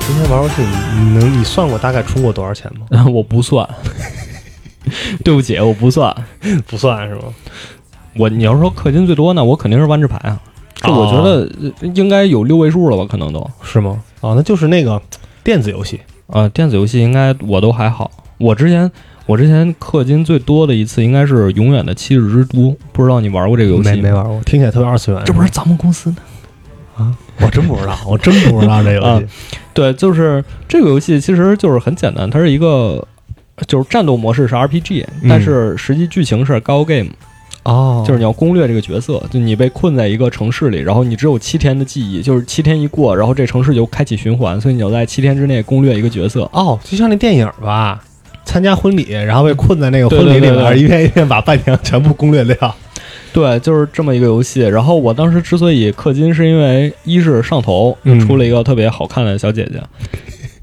天玩游戏，你能你算过大概充过多少钱吗？ 我不算，对不起，我不算。不算是吗？我你要说氪金最多呢，我肯定是万智牌啊。这我觉得呃应该有六位数了吧，可能都是吗？哦，那就是那个电子游戏啊。电子游戏应该我都还好。我之前我之前氪金最多的一次应该是《永远的七日之都》，不知道你玩过这个游戏没没？玩过，听起来特别二次元。这不是咱们公司的。我真不知道， 我真不知道这游戏。啊对，就是这个游戏其实就是很简单，它是一个就是战斗模式是 RPG，嗯但是实际剧情是 GO game，、哦就是你要攻略这个角色，就你被困在一个城市里，然后你只有七天的记忆，就是七天一过，然后这城市就开启循环，所以你要在七天之内攻略一个角色。哦，就像那电影吧，参加婚礼，然后被困在那个婚礼里对对对对边，一遍一遍把伴娘全部攻略掉。对，就是这么一个游戏。然后我当时之所以氪金，是因为一是上头嗯出了一个特别好看的小姐姐。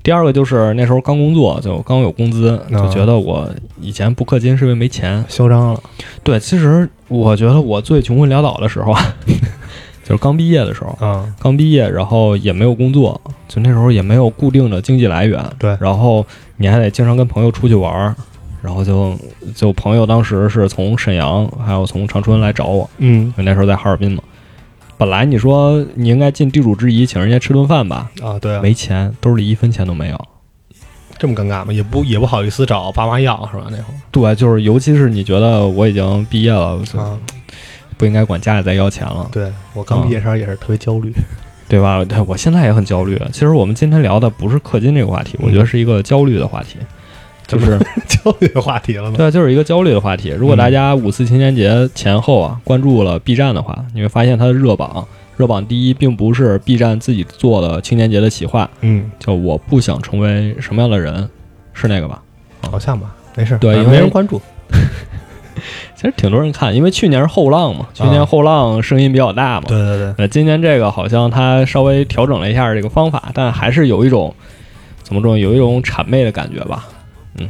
第二个就是那时候刚工作，就刚有工资，就觉得我以前不氪金是因为没钱，嚣张了，对，其实我觉得我最穷困潦倒的时候啊， 就是刚毕业的时候，嗯，刚毕业，然后也没有工作，就那时候也没有固定的经济来源，对然后你还得经常跟朋友出去玩儿，然后就就朋友当时是从沈阳还有从长春来找我，嗯我那时候在哈尔滨嘛。本来你说你应该尽地主之谊，请人家吃顿饭吧，啊，对啊，没钱，兜里一分钱都没有。这么尴尬吗？也不也不好意思找爸妈要是吧？那会儿对，就是尤其是你觉得我已经毕业了，就啊，不应该管家里再要钱了。对我刚毕业时候也是特别焦虑， 对吧？对我现在也很焦虑。其实我们今天聊的不是氪金这个话题，嗯我觉得是一个焦虑的话题，就怎是焦虑的话题了吗？对啊，就是一个焦虑的话题。如果嗯大家五四青年节前后啊关注了 B 站的话，你会发现它的热榜，热榜第一并不是 B 站自己做的青年节的企划，嗯，叫我不想成为什么样的人，是那个吧？好像吧，没事，对反正因为没人关注，其实挺多人看，因为去年是后浪嘛，去年后浪声音比较大嘛，啊对对对，呃，今年这个好像他稍微调整了一下这个方法，但还是有一种怎么说，有一种谄媚的感觉吧。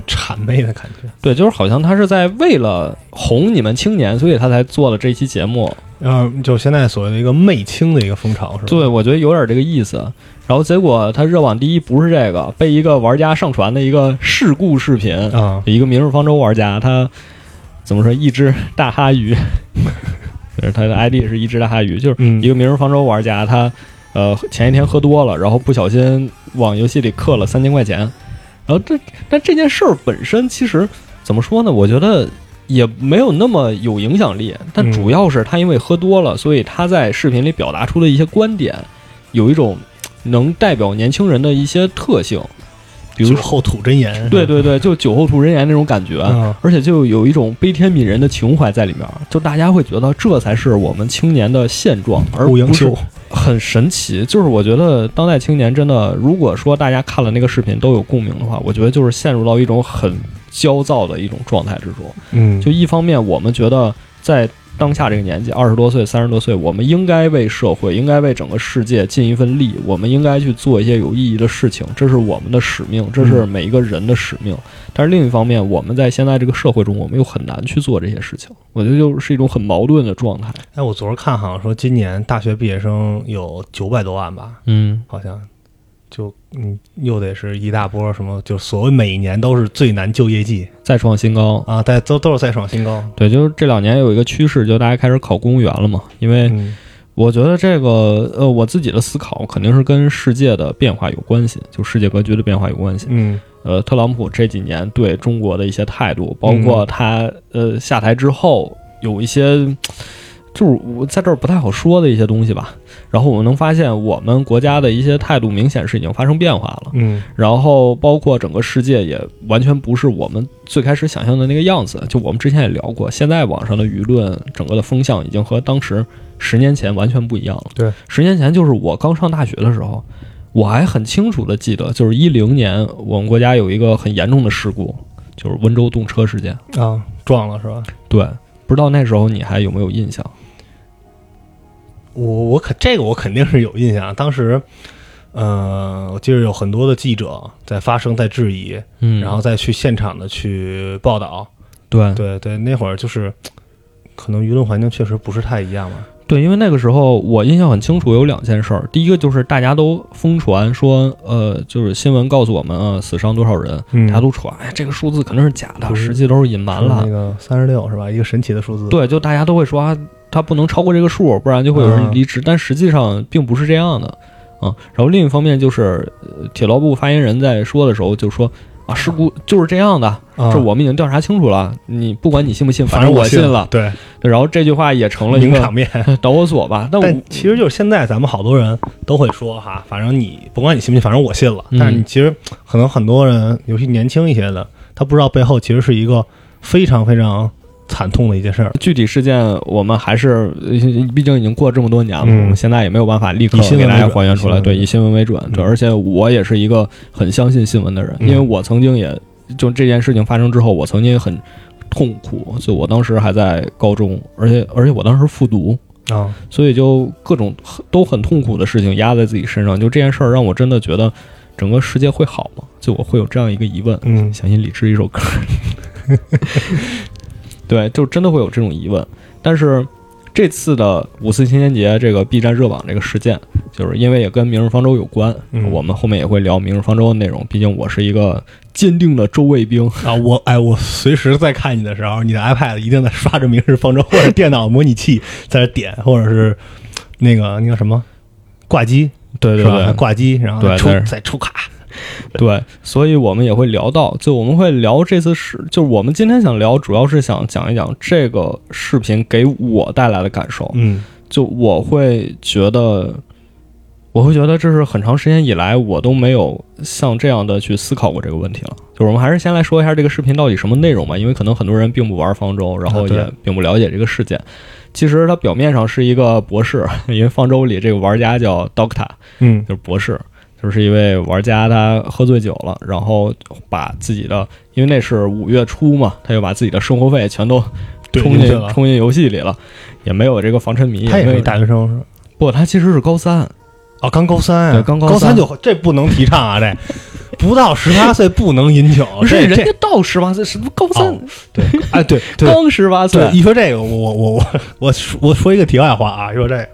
谄媚的感觉。对，就是好像他是在为了哄你们青年，所以他才做了这期节目。呃，就现在所谓的一个媚青的一个风潮是吧？对，我觉得有点这个意思。然后结果他热榜第一不是这个，被一个玩家上传的一个事故视频，啊，一个明日方舟玩家，他怎么说，一只大哈鱼， 就是他的 ID 是一只大哈鱼，就是嗯一个明日方舟玩家，他呃前一天喝多了，然后不小心往游戏里氪了三千块钱，然后这但这件事儿本身其实怎么说呢？我觉得也没有那么有影响力，但嗯主要是他因为喝多了，所以他在视频里表达出的一些观点，有一种能代表年轻人的一些特性，比如酒说。后吐真言，对 对对，就酒后吐真言那种感觉，嗯而且就有一种悲天悯人的情怀在里面，就大家会觉得这才是我们青年的现状，而不不应是秀，很神奇。就是我觉得当代青年真的，如果说大家看了那个视频都有共鸣的话，我觉得就是陷入到一种很焦躁的一种状态之中。嗯就一方面，我们觉得在当下这个年纪，二十多岁、三十多岁，我们应该为社会、应该为整个世界尽一份力，我们应该去做一些有意义的事情，这是我们的使命，这是每一个人的使命。但是另一方面，我们在现在这个社会中，我们又很难去做这些事情，我觉得就是一种很矛盾的状态。哎，我昨儿看好像说今年大学毕业生有九百多万吧，嗯，好像就嗯又得是一大波什么，就所谓每一年都是最难就业季再创新高。啊，大家都都是在创新高。对，就是这两年有一个趋势，就大家开始考公务员了嘛，因为嗯我觉得这个呃，我自己的思考肯定是跟世界的变化有关系，就世界格局的变化有关系。嗯呃，特朗普这几年对中国的一些态度，包括他呃下台之后有一些，就是我在这儿不太好说的一些东西吧。然后我们能发现，我们国家的一些态度明显是已经发生变化了。嗯然后包括整个世界也完全不是我们最开始想象的那个样子。就我们之前也聊过，现在网上的舆论整个的风向已经和当时十年前完全不一样了。对，十年前就是我刚上大学的时候，我还很清楚的记得，就是一零年我们国家有一个很严重的事故，就是温州动车事件。啊，撞了是吧？对，不知道那时候你还有没有印象？我我肯这个我肯定是有印象，当时。呃，我记得有很多的记者在发声，在质疑，嗯然后再去现场的去报道。对对对，那会儿就是，可能舆论环境确实不是太一样嘛。对，因为那个时候我印象很清楚，有两件事儿。第一个就是大家都疯传说，呃，就是新闻告诉我们啊、呃死伤多少人，嗯大家都传，哎，这个数字肯定是假的，嗯实际都是隐瞒了那。个三十六是吧？一个神奇的数字。，对，就大家都会说啊，它不能超过这个数，不然就会有人嗯离职。但实际上并不是这样的啊。然后另一方面就是，呃铁道部发言人在说的时候就说啊，事故就是这样的，啊、这我们已经调查清楚了，你不管你信不信，反正我信了。对，然后这句话也成了一名个场面。导火索吧。但我但其实就是现在咱们好多人都会说哈，反正你甭管你信不信，反正我信了。嗯但是你其实可能很多人，尤其年轻一些的，他不知道背后其实是一个非常非常惨痛的一件事儿。具体事件我们还是，呃毕竟已经过这么多年了，嗯我们现在也没有办法立刻以新闻给大家为准还原出来。以新闻对，为准以新闻为准。对，嗯而且我也是一个很相信新闻的人，嗯因为我曾经也就这件事情发生之后，我曾经也很痛苦，就我当时还在高中，而且而且我当时复读，啊，所以就各种都很痛苦的事情压在自己身上。就这件事儿让我真的觉得整个世界会好吗？就我会有这样一个疑问。嗯相信李志一首歌。 对，就真的会有这种疑问。但是这次的五四青年节这个 B 站热榜这个事件，就是因为也跟《明日方舟》有关，嗯我们后面也会聊《明日方舟》的内容。毕竟我是一个坚定的周卫兵，啊，我哎，我随时在看你的时候，你的 iPad 一定在刷着《明日方舟》或者电脑模拟器在这点，或者是那个那个什么挂机对是对吧？对挂机，然后对出但是再出卡，对，所以我们也会聊到，就我们会聊这次视，就是我们今天想聊，主要是想讲一讲这个视频给我带来的感受。嗯就我会觉得，我会觉得这是很长时间以来我都没有像这样的去思考过这个问题了。就是我们还是先来说一下这个视频到底什么内容吧，因为可能很多人并不玩方舟，然后啊对也并不了解这个事件。其实它表面上是一个博士， 因为方舟里这个玩家叫 Doctor，嗯就是博士，就是一位玩家，他喝醉酒了，然后把自己的，因为那是五月初嘛，他就把自己的生活费全都对充进进去了充进游戏里了，也没有这个防沉迷，他也没是有一大学生是吧？不，他其实是高三，哦，刚高三啊，对刚高高三就这不能提倡 啊，这不到十八岁不能饮酒，不是这人这家到十八岁，是高三、哦对，哎对对刚十八岁对，，一说这个，我我我我我说我说一个题外话啊，说这个，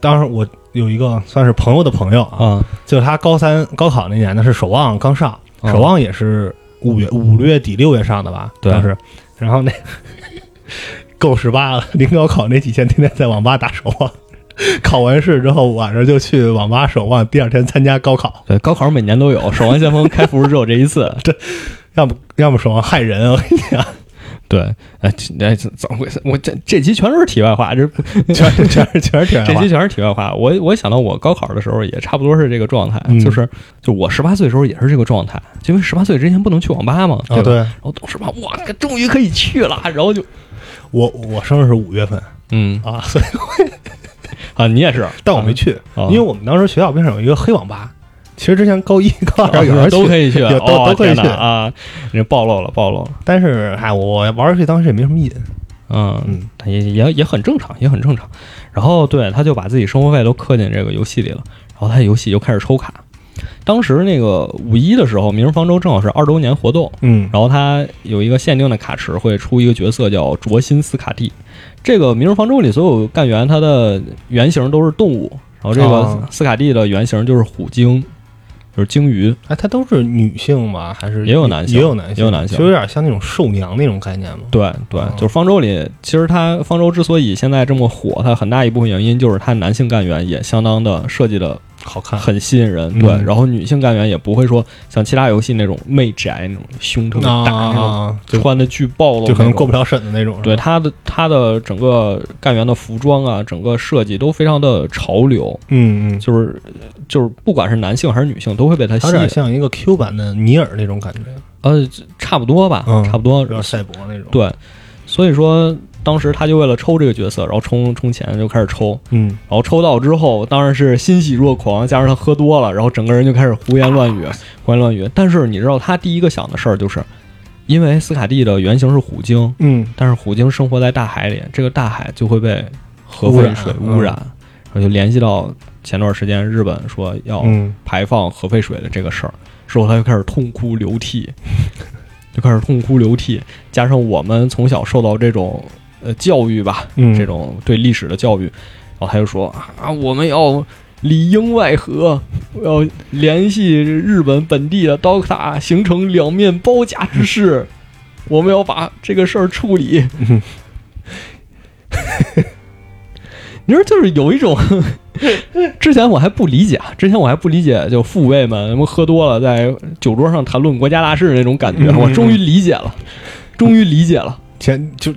当时我有一个算是朋友的朋友啊，啊，就是他高三高考那年呢是守望刚上，哦守望也是五月五月底六月上的吧，对当时，然后那够十八了，临高考那几天天天在网吧打守望， 考完试之后晚上就去网吧守望，第二天参加高考，对，高考每年都有，守望先锋开服只有这一 次，要不要不守望害人 啊，对，哎，这哎，这怎么回事？我这这期全都是题外话，这不全是全是全是挺爱这玩期全是题外话。我我想到我高考的时候也差不多是这个状态，嗯就是就我十八岁的时候也是这个状态，因为十八岁之前不能去网吧嘛，啊，吧？对然后到十八，哇，终于可以去了，然后就我我生日是五月份嗯啊，所以啊，你也是，但我没去，啊，因为我们当时学校边上有一个黑网吧，其实之前高一高啊二有人都以，可以去，有都哦都可以天哪去啊！你这暴露了，暴露了。但是哎，我玩游戏当时也没什么瘾，嗯嗯，但也也也很正常，也很正常。然后对，他就把自己生活费都氪进这个游戏里了，然后他游戏就开始抽卡。当时那个五一的时候，明日方舟正好是二周年活动，嗯然后它有一个限定的卡池会出一个角色叫卓心斯卡蒂。这个明日方舟里所有干员，它的原型都是动物，然后这个哦斯卡蒂的原型就是虎鲸，就是鲸鱼。哎，它都是女性吗？还是也有男性也有男性，也有男性就有点像那种兽娘那种概念嘛。对对哦，就是方舟里，其实它方舟之所以现在这么火，它很大一部分原因就是它男性干员也相当的设计的好看，很吸引人，嗯对，然后女性干员也不会说像其他游戏那种媚宅那种胸特别大那种，啊，就穿的巨暴露，就可能过不。了审的那种。对是吧，它的它的整个干员的服装啊，整个设计都非常的潮流，嗯嗯，就是就是不管是男性还是女性都会被它它吸有点引，像一个 Q 版的尼尔那种感觉，呃，差不多吧，嗯差不多有，点赛博那种。，对，所以说当时他就为了抽这个角色，然后充充钱就开始抽，嗯，然后抽到之后当然是欣喜若狂，加上他喝多了，然后整个人就开始胡言乱语，胡言乱语。但是你知道他第一个想的事儿就是，因为斯卡蒂的原型是虎鲸，嗯，但是虎鲸生活在大海里，这个大海就会被核废水污染嗯污染，然后就联系到前段时间日本说要嗯，排放核废水的这个事儿，之后他就开始痛哭流涕， 就开始痛哭流涕。加上我们从小受到这种呃教育吧，嗯这种对历史的教育，然后他就说啊，我们要里应外合，我要联系日本本地的 DOCTA 形成两面包夹之嗯势，我们要把这个事儿 处理。你说，就是有 一种，之前我还不理解，啊，之前我还不理解，就父辈们他们喝多了在酒桌上谈论国家大事那种感觉，嗯我终于理解了，终于理解了。前就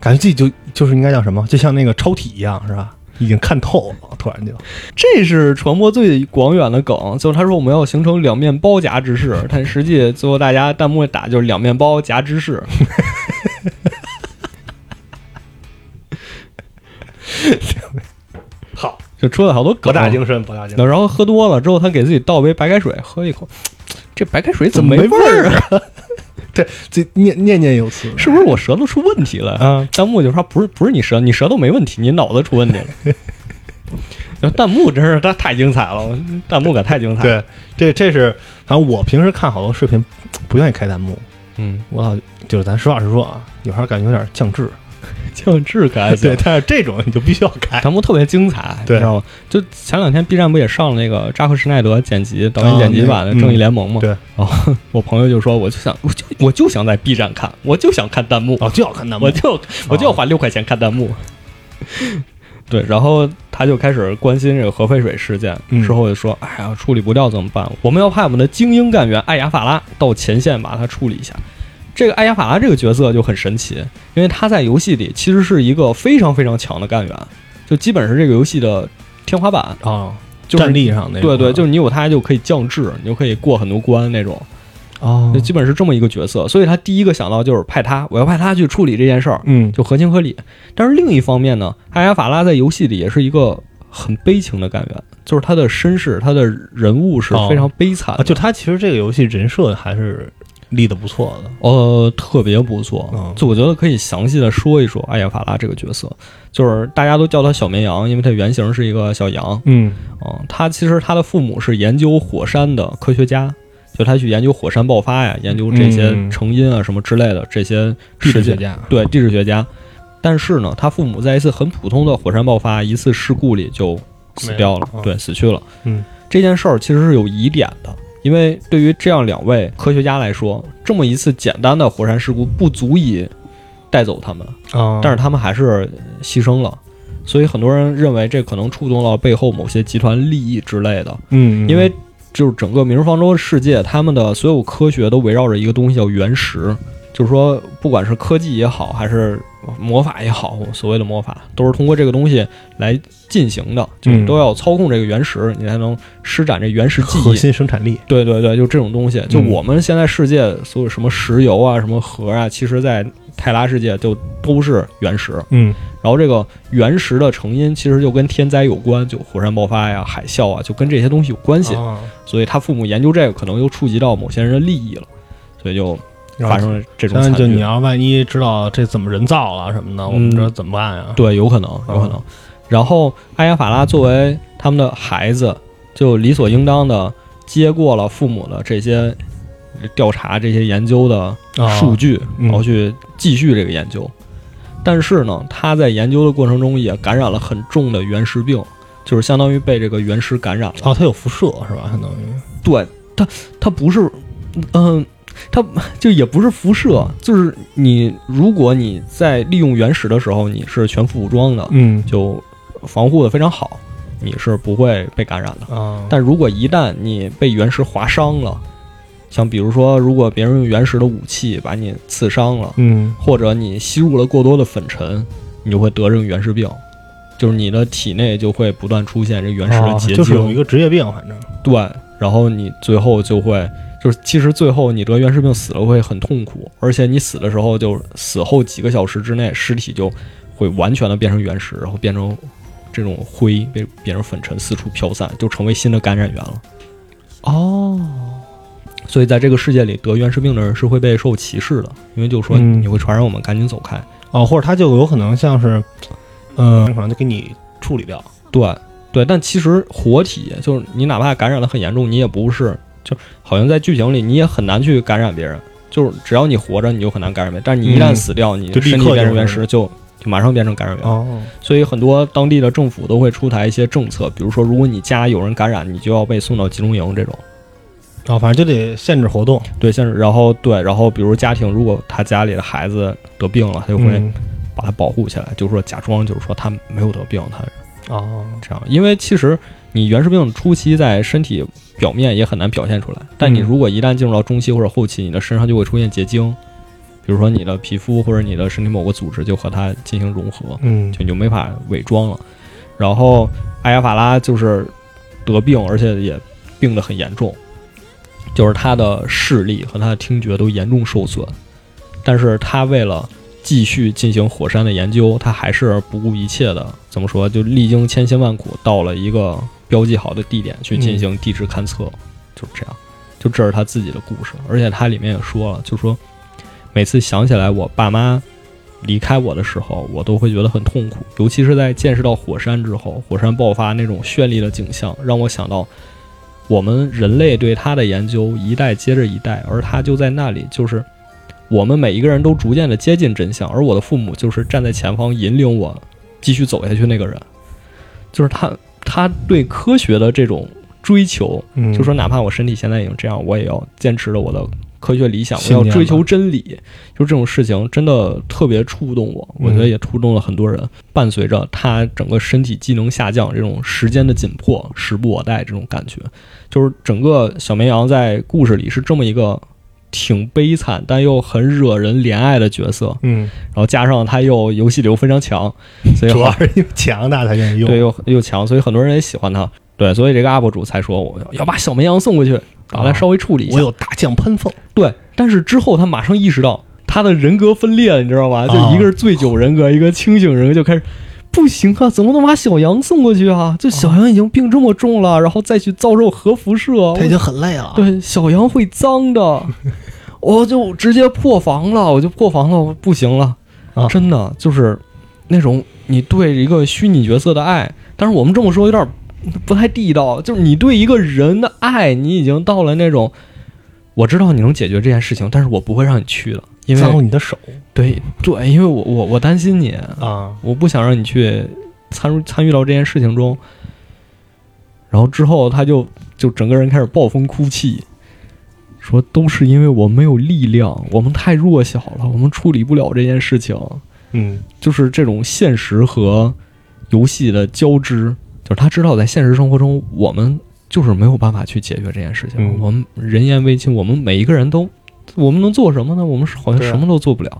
感觉自己就就是应该叫什么，就像那个超体一样，是吧？已经看透了，突然就这是传播最广远的梗，就是他说我们要形成两面包夹之 势，但实际最后大家弹幕打就是两面包夹之势。 好，就出了好多博梗，大精深，博大精深。然后喝多了之后，他给自己倒杯白开水喝一口，这白开水怎么没味儿啊？对，这念念念有词 是不是我舌头出问题了？ 啊，弹幕就说不是不是你舌，你舌头没问题，你脑子出 问题了。然后弹幕真是他太精彩了，弹幕可太精彩了。对，这这是反正我平时看好多视频，不愿意开弹幕，嗯， 我老就是咱实话实说啊，有时候感觉有点降智。降智可爱极了对，但是这种你就必须要开。弹幕特别精彩，对你知道吗？就前两天 B 站不也上了那个扎克施耐德剪辑导演啊剪辑版那的《个正义联盟》嘛？对，然后我朋友就说，我就想，我就我就想在 B 站看，我就想看弹幕，哦，就要看弹幕我。就我就要花六块钱看弹幕。对，然后他就开始关心这个核废水事件，嗯之后就说：“哎呀，处理不掉怎么办？我们要派我们的精英干员艾亚法拉到前线把它处理一下。”这个艾亚法拉这个角色就很神奇，因为他在游戏里其实是一个非常非常强的干员，就基本是这个游戏的天花板，哦，就是战力上那啊对对，就是是你有他就可以降智，你就可以过很多关那种，哦就基本是这么一个角色。所以他第一个想到就是派他，我要派他去处理这件事儿。嗯就合情合理。但是另一方面呢，艾亚法拉在游戏里也是一个很悲情的干员，就是他的身世、他的人物是非常悲惨啊，的，就他其实这个游戏人设还是立的不错的。呃特别不错。嗯就我觉得可以详细的说一说艾亚法拉这个角色，就是大家都叫他小绵羊，因为他原型是一个小羊啊、嗯嗯他其实他的父母是研究火山的科学家。就他去研究火山爆发呀，研究这些嗯成因啊什么之类的这些事件，家对，地质学家。但是呢，他父母在一次很普通的火山爆发、一次事故里就死掉了没，了啊对，死去了。嗯，这件事儿其实是有疑点的，因为对于这样两位科学家来说，这么一次简单的火山事故不足以带走他们，啊，但是他们还是牺牲了。所以很多人认为这可能触动了背后某些集团利益之类的，嗯，嗯因为就是整个明日方舟世界，他们的所有科学都围绕着一个东西叫原石，就是说，不管是科技也好，还是魔法也好，所谓的魔法都是通过这个东西来进行的，就是嗯都要操控这个原石，你才能施展这原石技核艺。心生嗯产力 对对对，就这种东西，就我们现在世界所有什么石油啊、什么核啊，其实在泰拉世界就都是原石。嗯然后这个原石的成因其实就跟天灾有关，就火山爆发呀、海啸啊，就跟这些东西有关系。啊，所以他父母研究这个可能又触及到某些人的利益了，所以就然后发生了这种当然，惨就你剧。要万一知道这怎么人造了什么的，我们嗯这怎么办啊呀？对，有可能，嗯有可能。然后艾亚法拉作为他们的孩子，就理所应当的接过了父母的这些调查、这些研究的啊数据，哦嗯然后去继续这个研究。但是呢，他在研究的过程中也感染了很重的原石病，就是相当于被这个原石感染了。哦，它有辐射是吧？相当于对它，它不是，嗯、它就也不是辐射，就是你如果你在利用原石的时候，你是全副武装的，嗯就防护的非常好，你是不会被感染的。啊，但如果一旦你被原石划伤了，像比如说，如果别人用原石的武器把你刺伤了，嗯或者你吸入了过多的粉尘，你就会得这个原石病，就是你的体内就会不断出现这个原石的啊结晶，就是有一个职业病，反正对，然后你最后就会，就是其实最后你得原始病死了会很痛苦，而且你死的时候就死后几个小时之内，尸体就会完全的变成原石，然后变成这种灰，变变成粉尘四处飘散，就成为新的感染源了。哦，所以在这个世界里，得原始病的人是会被受歧视的，因为就说嗯你会传染我们，赶紧走开。哦，或者它就有可能像是，嗯，可能就给你处理掉，对对，但其实活体就是你哪怕感染的很严重，你也不是，就好像在剧情里你也很难去感染别人，就是只要你活着你就很难感染别人，但是你一旦嗯死掉，你就立身体刻变就成原是石就就马上变成感染源。哦，所以很多当地的政府都会出台一些政策，比如说，如果你家有人感染，你就要被送到集中营这种。然后反正就得限制活动，对，像是然后对，然后比如家庭如果他家里的孩子得病了，他就会嗯把他保护起来，就是说假装就是说他没有得病，他哦，这样，因为其实你原始病初期在身体表面也很难表现出来，但你嗯如果一旦进入到中期或者后期，你的身上就会出现结晶，比如说你的皮肤或者你的身体某个组织就和它进行融合，嗯就你就没法伪装了。然后艾亚法拉就是得病，而且也病得很严重，就是他的视力和他的听觉都严重受损。但是他为了继续进行火山的研究，他还是不顾一切的，怎么说，就历经千辛万苦到了一个标记好的地点去进行地质勘测，就是这样。就这是他自己的故事，而且他里面也说了，就说每次想起来我爸妈离开我的时候，我都会觉得很痛苦，尤其是在见识到火山之后，火山爆发那种绚丽的景象，让我想到我们人类对它的研究一代接着一代，而它就在那里，就是我们每一个人都逐渐的接近真相，而我的父母就是站在前方引领我继续走下去那个人，就是他，他对科学的这种追求，嗯，就说哪怕我身体现在已经这样，我也要坚持着我的科学理想，我信念要吧追求真理。就这种事情真的特别触动我，嗯我觉得也触动了很多人。伴随着他整个身体机能下降，这种时间的紧迫、时不我待这种感觉，就是整个小绵羊在故事里是这么一个挺悲惨但又很惹人怜爱的角色，嗯，然后加上他又游戏流非常强，所以主要是因为强大才愿意用，对，又又强，所以很多人也喜欢他。对，所以这个 UP 主才说我要把小绵羊送回去，把它啊稍微处理一下。我有大将喷风，对，但是之后他马上意识到他的人格分裂，你知道吧？就啊一个是醉酒人格， 一个清醒人格，就开始不行啊，怎么能把小羊送过去啊？这小羊已经病这么重了，然后再去遭受核辐射，他已经很累了，哦对，小羊会脏的， 我就直接破防了，我就破防了，我不行了，啊真的就是那种你对一个虚拟角色的爱，但是我们这么说有点不太地道，就是你对一个人的爱，你已经到了那种我知道你能解决这件事情，但是我不会让你去的，因脏了为你的手对对，因为我我我担心你，啊，我不想让你去参入参与到这件事情中。然后之后他就就整个人开始暴风哭泣，说都是因为我没有力量，我们太弱小了，我们处理不了这件事情。嗯就是这种现实和游戏的交织，就是他知道在现实生活中我们就是没有办法去解决这件事情，嗯我们人言为轻，我们每一个人都，我们能做什么呢？我们好像对啊什么都做不了。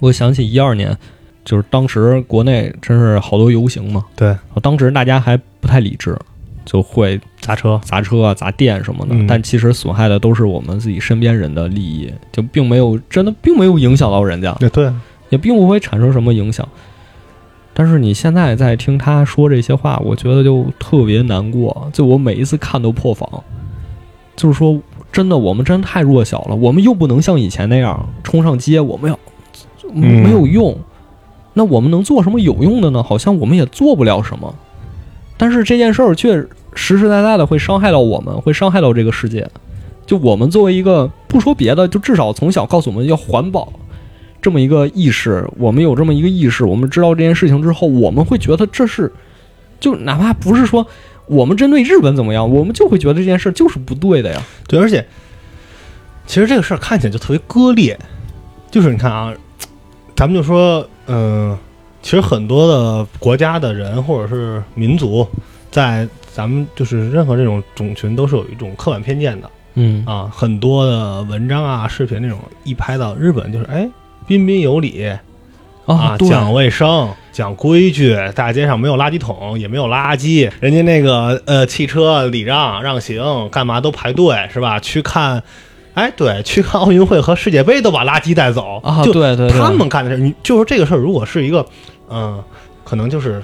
我想起一二年，就是当时国内真是好多游行嘛，对，当时大家还不太理智，就会砸车，砸车啊、砸店什么的，嗯但其实损害的都是我们自己身边人的利益，就并没有真的并没有影响到人家。对对，也并不会产生什么影响。但是你现在在听他说这些话，我觉得就特别难过。就我每一次看都破防，就是说，真的，我们真太弱小了，我们又不能像以前那样冲上街，我们要嗯没有用。那我们能做什么有用的呢？好像我们也做不了什么。但是这件事儿却实实在在的会伤害到我们，会伤害到这个世界。就我们作为一个不说别的，就至少从小告诉我们要环保这么一个意识，我们有这么一个意识，我们知道这件事情之后，我们会觉得这是，就哪怕不是说我们针对日本怎么样，我们就会觉得这件事就是不对的呀。对，而且其实这个事儿看起来就特别割裂，就是你看啊，咱们就说，嗯、其实很多的国家的人或者是民族，在咱们就是任何这种种群都是有一种刻板偏见的嗯啊，很多的文章啊、视频那种一拍到日本就是哎。彬彬有礼啊，对，讲卫生，讲规矩，大街上没有垃圾桶，也没有垃圾。人家那个呃，汽车礼让让行，干嘛都排队是吧？去看，哎，对，去看奥运会和世界杯都把垃圾带走啊，就对对对，他们干的事儿，你就说这个事儿，如果是一个，嗯、可能就是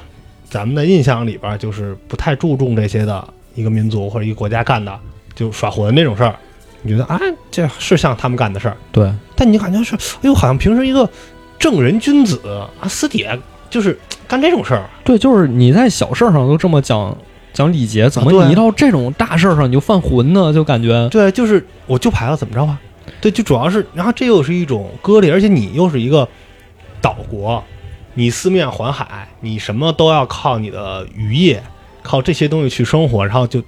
咱们的印象里边儿就是不太注重这些的一个民族或者一个国家干的，就耍混那种事儿，你觉得啊，这是像他们干的事儿，对但你感觉是，哎呦，好像平时一个正人君子啊，私底下就是干这种事儿，对，就是你在小事儿上都这么讲讲礼节，怎啊对么啊你一到这种大事儿上你就犯浑呢？就感觉对，就是我就排了，怎么着吧？对，就主要是，然后这又是一种割裂，而且你又是一个岛国，你四面环海，你什么都要靠你的渔业，靠这些东西去生活，然后就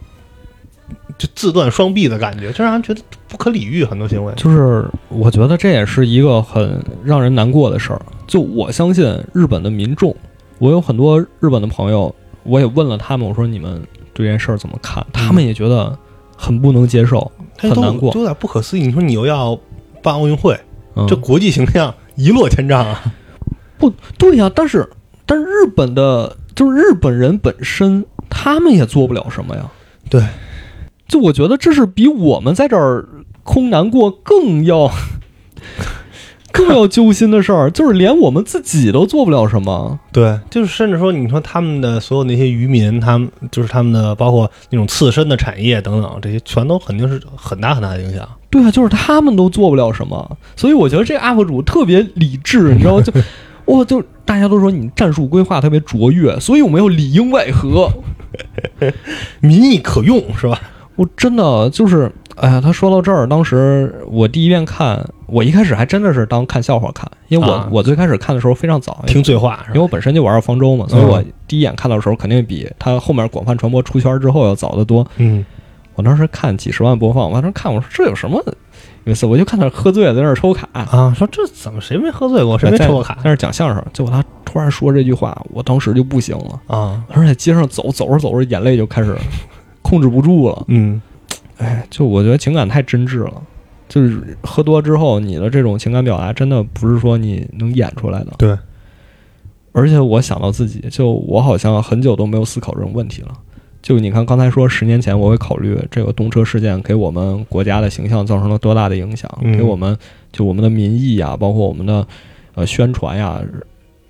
就自断双臂的感觉，就让人觉得不可理喻。很多行为，就是我觉得这也是一个很让人难过的事儿。就我相信日本的民众，我有很多日本的朋友，我也问了他们，我说你们对这件事儿怎么看？他们也觉得很不能接受，但是很都难过就有点不可思议。你说你又要办奥运会，嗯、这国际形象一落千丈啊！对呀、但是但是日本的，就是日本人本身，他们也做不了什么呀。对，就我觉得这是比我们在这儿空难过更要 更要揪心的事儿，就是连我们自己都做不了什么。对，就是甚至说，你说他们的所有那些渔民，他们就是他们的，包括那种刺身的产业等等，这些全都肯定是很大很大的影响。对啊，就是他们都做不了什么，所以我觉得这 UP 主特别理智，你知道 吗？就哇，就大家都说你战术规划特别卓越，所以我们要里应外合。民意可用是吧？我真的就是，哎呀，他说到这儿，当时我第一遍看，我一开始还真的是当看笑话看，因为我、啊我最开始看的时候非常早，因为听嗯醉话是因为吧？我本身就玩儿方舟嘛，所以我第一眼看到的时候肯定比他后面广泛传播出圈之后要早得多。嗯，我当时看几十万播放，我当时看我说这有什么有意思？我就看他喝醉了在那儿抽卡，啊，说这怎么谁没喝醉过，谁没在抽过卡在那儿讲相声，结果他突然说这句话，我当时就不行了，啊？当时在街上走，走着走着眼泪就开始控制不住了。嗯，哎，就我觉得情感太真挚了，就是喝多之后，你的这种情感表达真的不是说你能演出来的。对，而且我想到自己，就我好像很久都没有思考这种问题了。就你看，刚才说十年前我会考虑这个动车事件给我们国家的形象造成了多大的影响，嗯给我们就我们的民意呀，包括我们的呃宣传呀，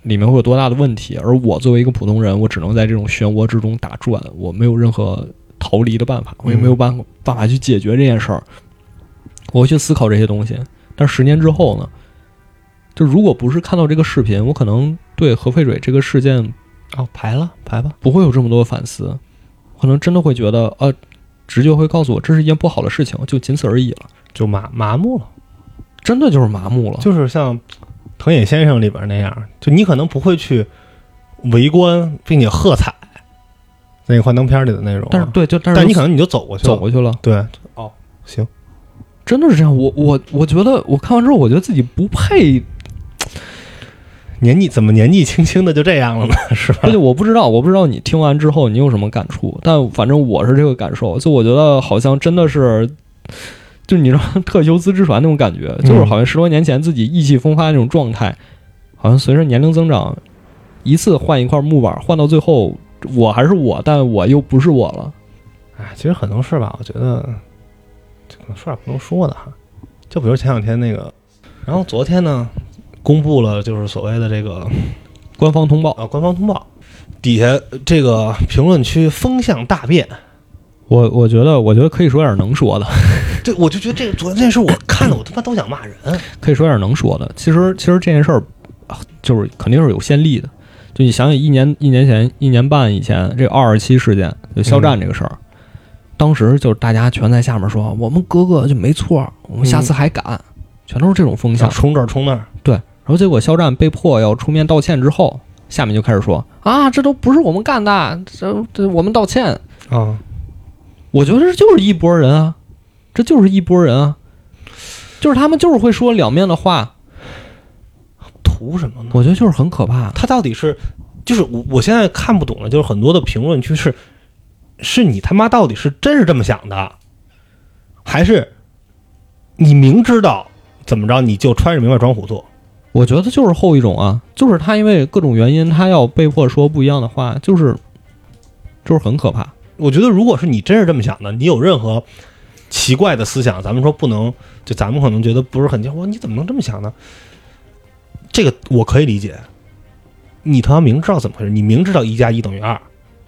里面会有多大的问题。而我作为一个普通人，我只能在这种漩涡之中打转，我没有任何逃离的办法，我也没有办办法去解决这件事儿。我会去思考这些东西，但十年之后呢？就如果不是看到这个视频，我可能对核废水这个事件哦，排了排吧，不会有这么多反思，可能真的会觉得，呃，直觉会告诉我这是一件不好的事情，就仅此而已了。就麻麻木了，真的就是麻木了，就是像藤野先生里边那样，就你可能不会去围观并且喝彩那个幻灯片里的内容啊，但是对，就哦但是但你可能你就走过去了，走过去了，对，真的是这样。我我我觉得我看完之后，我觉得自己不 配，年纪怎么年纪轻轻的就这样了呢？是吧而？且我不知道，我不知道你听完之后你有什么感触，但反正我是这个感受，就我觉得好像真的是。就你知道特修斯之船那种感觉，就是好像十多年前自己意气风发那种状态，好像随着年龄增长，一次换一块木板，换到最后我还是我，但我又不是我了。哎，其实很多事吧，我觉得这可能说点不能说的哈。就比如前两天那个，然后昨天呢，公布了就是所谓的这个官方通报，呃官方通报，底下呃这个评论区风向大变。我我觉得我觉得可以说点能说的，这我就觉得这个昨天那事我看的我他妈都想骂人。可以说点能说的。其实其实这件事儿啊就是肯定是有先例的，就你想想一年一年前一年半以前这二二七事件就肖战这个事儿。当时就是大家全在下面说，我们哥哥就没错儿，我们下次还敢，全都是这种风想。向冲这儿冲那儿，对，然后结果肖战被迫要出面道歉之后，下面就开始说啊，这都不是我们干的，这这我们道歉。啊，我觉得这就是一拨人啊，这就是一拨人啊，就是他们就是会说两面的话，图什么呢？我觉得就是很可怕。他到底是，就是我我现在看不懂了，就是很多的评论区是，是你他妈到底是真是这么想的，还是你明知道怎么着你就揣着明白装糊涂？我觉得就是后一种啊，就是他因为各种原因，他要被迫说不一样的话，就是就是很可怕。我觉得如果是你真是这么想的，你有任何奇怪的思想，咱们说不能，就咱们可能觉得不是很清楚，你怎么能这么想呢？这个我可以理解，你他妈明知道怎么回事，你明知道一加一等于二，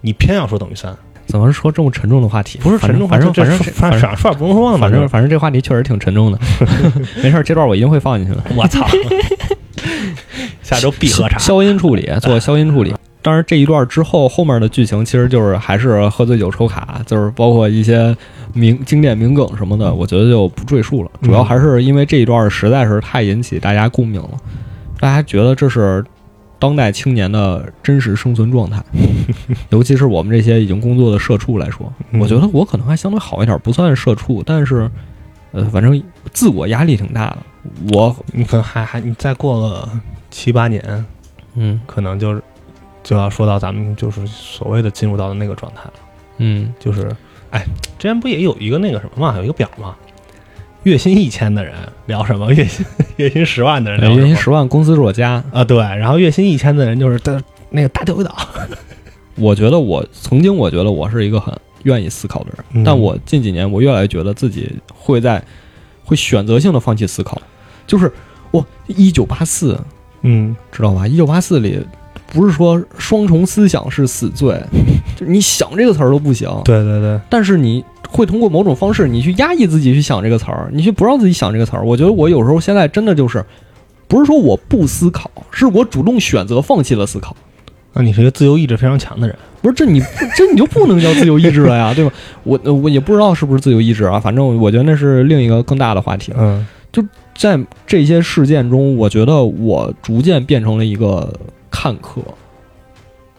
你偏要说等于三，怎么说这么沉重的话题？不是反沉正重，反正这反正这反反正正耍耍不能说嘛，反正反正这话题确实挺沉 重的。没事儿，这段我一定会放进去的。 我操！下周必喝茶。消音处理，做消音处理。当然，这一段之后，后面的剧情其实就是还是喝醉酒抽卡，就是包括一些名经典名梗什么嗯的，我觉得就不赘述了。主要还是因为这一段实在是太引起大家共鸣了。大家觉得这是当代青年的真实生存状 态，尤其是我们这些已经工作的社畜来说，嗯我觉得我可能还相对好一点，不算社畜，但是呃，反正自我压力挺大的。我你可能还还你再过个七八年，嗯可能就是就要说到咱们就是所谓的进入到的那个状态了，嗯就是哎，之前不也有一个那个什么嘛，有一个表嘛，月薪一千的人聊什么，月薪 月哎薪十万的人聊什么月薪十万，工资是我家。啊，对，然后月薪一千的人就是大那个大钓鱼岛， 我觉得我曾经我觉得我是一个很愿意思考的人，嗯但我近几年我越来越觉得自己会在会选择性的放弃思考，就是我一九八四嗯知道吧？一九八四里不是说双重思想是死罪，就你想这个词儿都不行，对对对，但是你会通过某种方式，你去压抑自己去想这个词儿，你去不让自己想这个词儿。我觉得我有时候现在真的就是，不是说我不思考，是我主动选择放弃了思考。那你是一个自由意志非常强的人，不是这你这你就不能叫自由意志了呀，对吧？ 我呃我也不知道是不是自由意志啊，反正我觉得那是另一个更大的话题了。嗯在这些事件中，我觉得我逐渐变成了一个看客，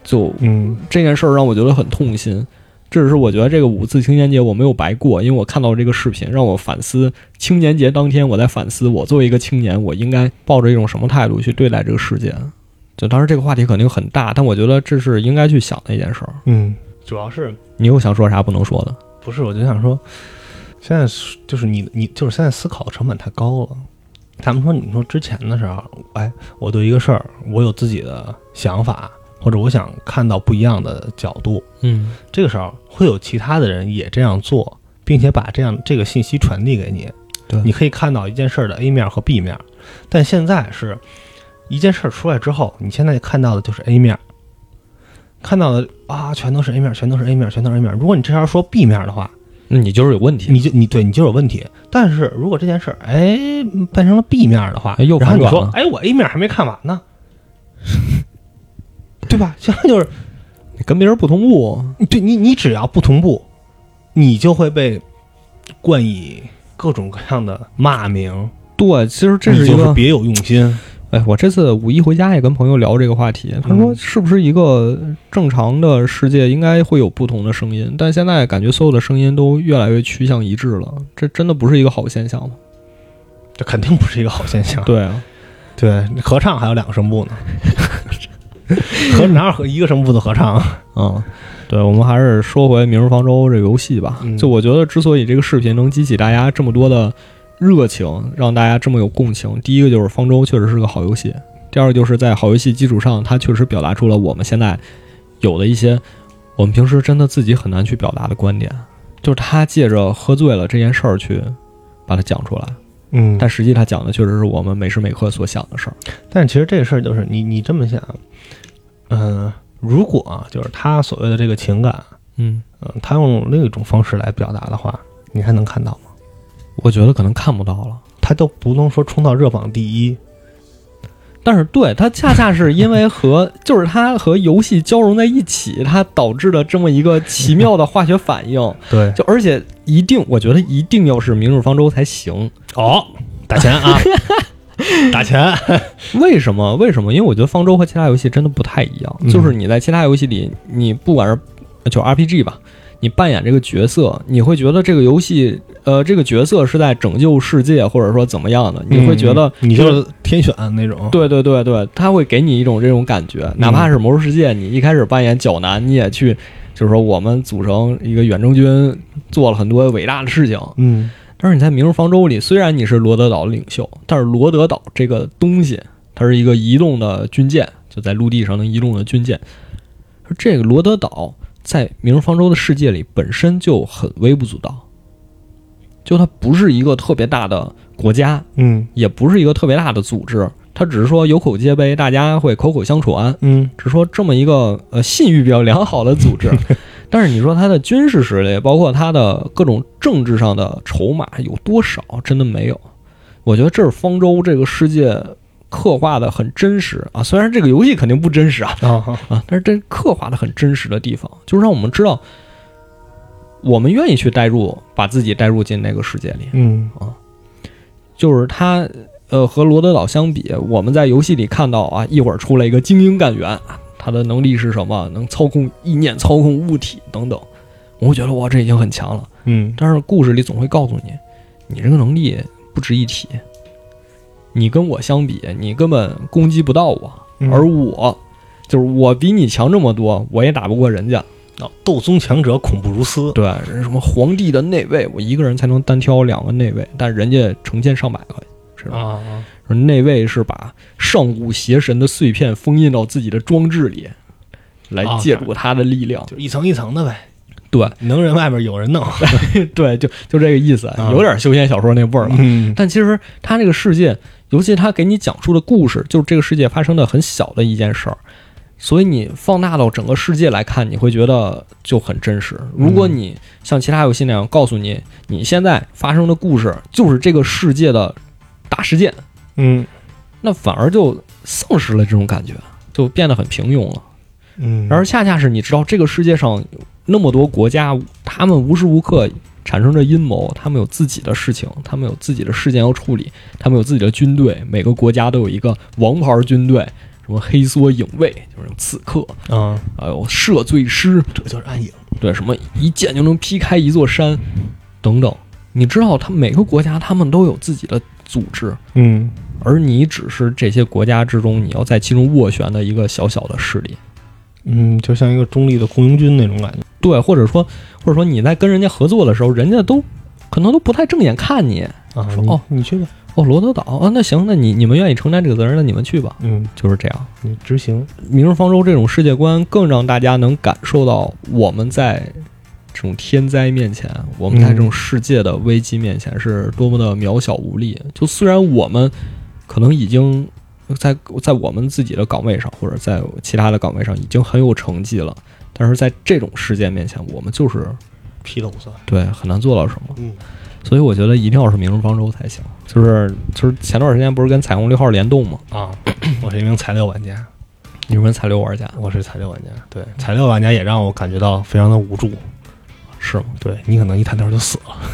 就嗯这件事儿让我觉得很痛心。这只是我觉得这个五次青年节我没有白过，因为我看到这个视频，让我反思青年节当天我在反思，我作为一个青年，我应该抱着一种什么态度去对待这个世界。就当然这个话题肯定很大，但我觉得这是应该去想的一件事儿。嗯，主要是你又想说啥不能说的？不是，我就想说，现在是就是你你就是现在思考的成本太高了。他们说，你说之前的时候，哎，我对一个事儿，我有自己的想法，或者我想看到不一样的角度，嗯这个时候会有其他的人也这样做，并且把这样这个信息传递给你。对你可以看到一件事儿的 A 面和 B 面，但现在是一件事儿出来之后，你现在看到的就是 A 面，看到的啊，全都是 A 面，全都是 A 面，全都是 A 面。如果你这条说 B 面的话，那你就是有问题。你就你对你就有问题。但是如果这件事儿哎变成了 B 面的话，哎又然后你反转说了哎我 A 面还没看完 呢，对吧？ 现在就是你跟别人不同步，对你你只要不同步，你就会被冠以各种各样的骂名，对，其实这你是一就个是别有用心。哎，我这次五一回家也跟朋友聊这个话题，他说嗯是不是一个正常的世界应该会有不同的声音，但现在感觉所有的声音都越来越趋向一致了，这真的不是一个好现象吗？这肯定不是一个好现象。对啊，对，合唱还有两个声部呢， 合哪有合一个声部的合唱啊？嗯，对，我们还是说回《明日方舟》这个游戏吧。嗯就我觉得，之所以这个视频能激起大家这么多的热情，让大家这么有共情，第一个就是方舟确实是个好游戏，第二个就是在好游戏基础上，它确实表达出了我们现在有的一些我们平时真的自己很难去表达的观点，就是他借着喝醉了这件事儿去把它讲出来，嗯但实际他讲的确实是我们每时每刻所想的事儿。但是其实这个事儿就是你你这么想，嗯、如果啊就是他所谓的这个情感，嗯，嗯、他用另一种方式来表达的话，你还能看到吗？我觉得可能看不到了。他都不能说冲到热榜第一，但是对它恰恰是因为和 就是它和游戏交融在一起，它导致了这么一个奇妙的化学反应。 对，就而且一定，我觉得一定要是《明日方舟》才行。哦，打钱啊，打钱，为什么？为什么？因为我觉得方舟和其他游戏真的不太一样。嗯就是你在其他游戏里，你不管是呃就 RPG 吧，你扮演这个角色，你会觉得这个游戏，呃，这个角色是在拯救世界，或者说怎么样的，你会觉得、嗯你就是天选啊那种，嗯对对对对，他会给你一种这种感觉，哪怕是《魔兽世界》，你一开始扮演角男，你也去，就是说我们组成一个远征军，做了很多伟大的事情。嗯，但是你在《明日方舟》里，虽然你是罗德岛的领袖，但是罗德岛这个东西，它是一个移动的军舰，就在陆地上能移动的军舰。而这个罗德岛在《明日方舟》的世界里本身就很微不足道，就它不是一个特别大的国家，嗯也不是一个特别大的组织，它只是说有口皆碑，大家会口口相传，嗯只是说这么一个呃信誉比较良好的组织。但是你说它的军事实力，包括它的各种政治上的筹码有多少，真的没有。我觉得这是方舟这个世界刻画的很真实啊，虽然这个游戏肯定不真实啊， 啊，啊，但是这刻画的很真实的地方，就是让我们知道，我们愿意去代入，把自己代入进那个世界里。嗯就是它呃，和罗德岛相比，我们在游戏里看到啊，一会儿出来一个精英干员，啊他的能力是什么？能操控意念、操控物体等等。我会觉得哇，这已经很强了。嗯但是故事里总会告诉你，你这个能力不值一提。你跟我相比，你根本攻击不到我，嗯而我就是我比你强这么多，我也打不过人家。啊斗宗强者恐怖如斯，对，人什么皇帝的内卫，我一个人才能单挑两个内卫，但人家成千上百个，是吧？啊，说内卫是把上古邪神的碎片封印到自己的装置里，来啊借助他的力量。就一层一层的呗，对能人外面有人弄， 对，就就这个意思，啊有点修仙小说那味儿了。嗯 但其实他这个世界，尤其他给你讲述的故事，就是这个世界发生的很小的一件事儿，所以你放大到整个世界来看，你会觉得就很真实。如果嗯你像其他游戏那样告诉你，你现在发生的故事就是这个世界的大事件，嗯那反而就丧失了这种感觉，就变得很平庸了。嗯，而恰恰是你知道这个世界上那么多国家，他们无时无刻产生着阴谋，他们有自己的事情，他们有自己的事件要处理，他们有自己的军队，每个国家都有一个王牌军队，什么黑梭影卫就是刺客，啊，还有赦罪师，这就是暗影，对，什么一剑就能劈开一座山，等等。你知道，他每个国家他们都有自己的组织，嗯而你只是这些国家之中你要在其中斡旋的一个小小的势力。嗯，就像一个中立的雇佣军那种感觉，对，或者说或者说你在跟人家合作的时候，人家都可能都不太正眼看你。啊，说你哦，你去吧，哦，罗德岛啊，那行，那你你们愿意承担这个责任，那你们去吧，嗯，就是这样。你执行，明日方舟这种世界观更让大家能感受到我们在这种天灾面前，我们在这种世界的危机面前是多么的渺小无力。就虽然我们可能已经在在我们自己的岗位上或者在其他的岗位上已经很有成绩了，但是在这种事件面前，我们就是披头散，对，很难做到什么。嗯所以我觉得一定要是明日方舟才行。就是就是前段时间不是跟彩虹六号联动吗？啊，我是一名材料玩家，你们才六玩家我是材料玩家，对，材料玩家也让我感觉到非常的无助，是吗？对你可能一探头就死了。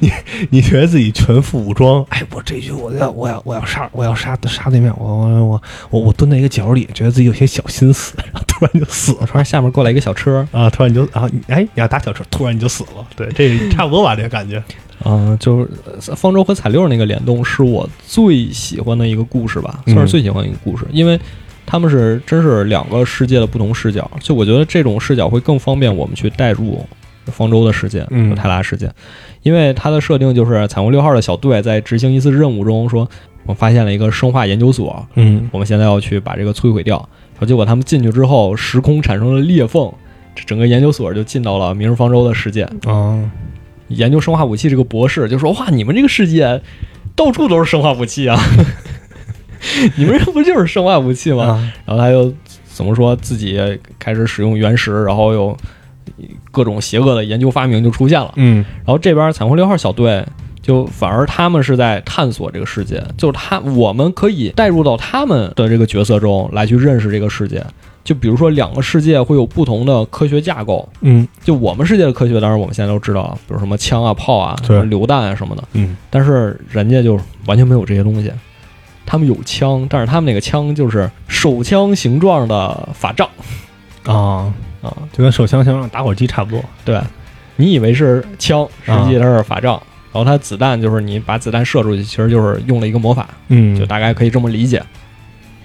你你觉得自己全副武装？哎，我这局我要我要我要杀我要杀杀对面，我我我我我蹲在一个角里，觉得自己有些小心思，然后突然就死了突然下面过来一个小车，啊！突然你就啊，你哎，你要打小车，突然你就死了。对，这差不多吧，这个感觉。嗯、就是呃方舟和彩六那个联动是我最喜欢的一个故事吧，嗯算是最喜欢一个故事，因为他们是真是两个世界的不同视角，就我觉得这种视角会更方便我们去带入方舟的世界嗯和泰拉世界，因为它的设定就是彩虹六号的小队在执行一次任务中说，我发现了一个生化研究所，嗯我们现在要去把这个摧毁掉。然后结果他们进去之后，时空产生了裂缝，这整个研究所就进到了明日方舟的世界。啊，研究生化武器这个博士就说：“哇，你们这个世界到处都是生化武器啊！ 你们这不就是生化武器吗？”啊然后他又怎么说自己开始使用原石，然后又各种邪恶的研究发明就出现了。嗯然后这边彩虹六号小队就反而他们是在探索这个世界，就是他我们可以带入到他们的这个角色中来去认识这个世界。就比如说两个世界会有不同的科学架构，嗯就我们世界的科学当然我们现在都知道了，比如什么枪啊、炮啊、对榴弹啊什么的，嗯但是人家就完全没有这些东西。他们有枪，但是他们那个枪就是手枪形状的法杖啊，啊，就跟手枪相让打火机差不多。对，你以为是枪，实际它是法杖。然后它子弹就是你把子弹射出去，其实就是用了一个魔法，嗯就大概可以这么理解。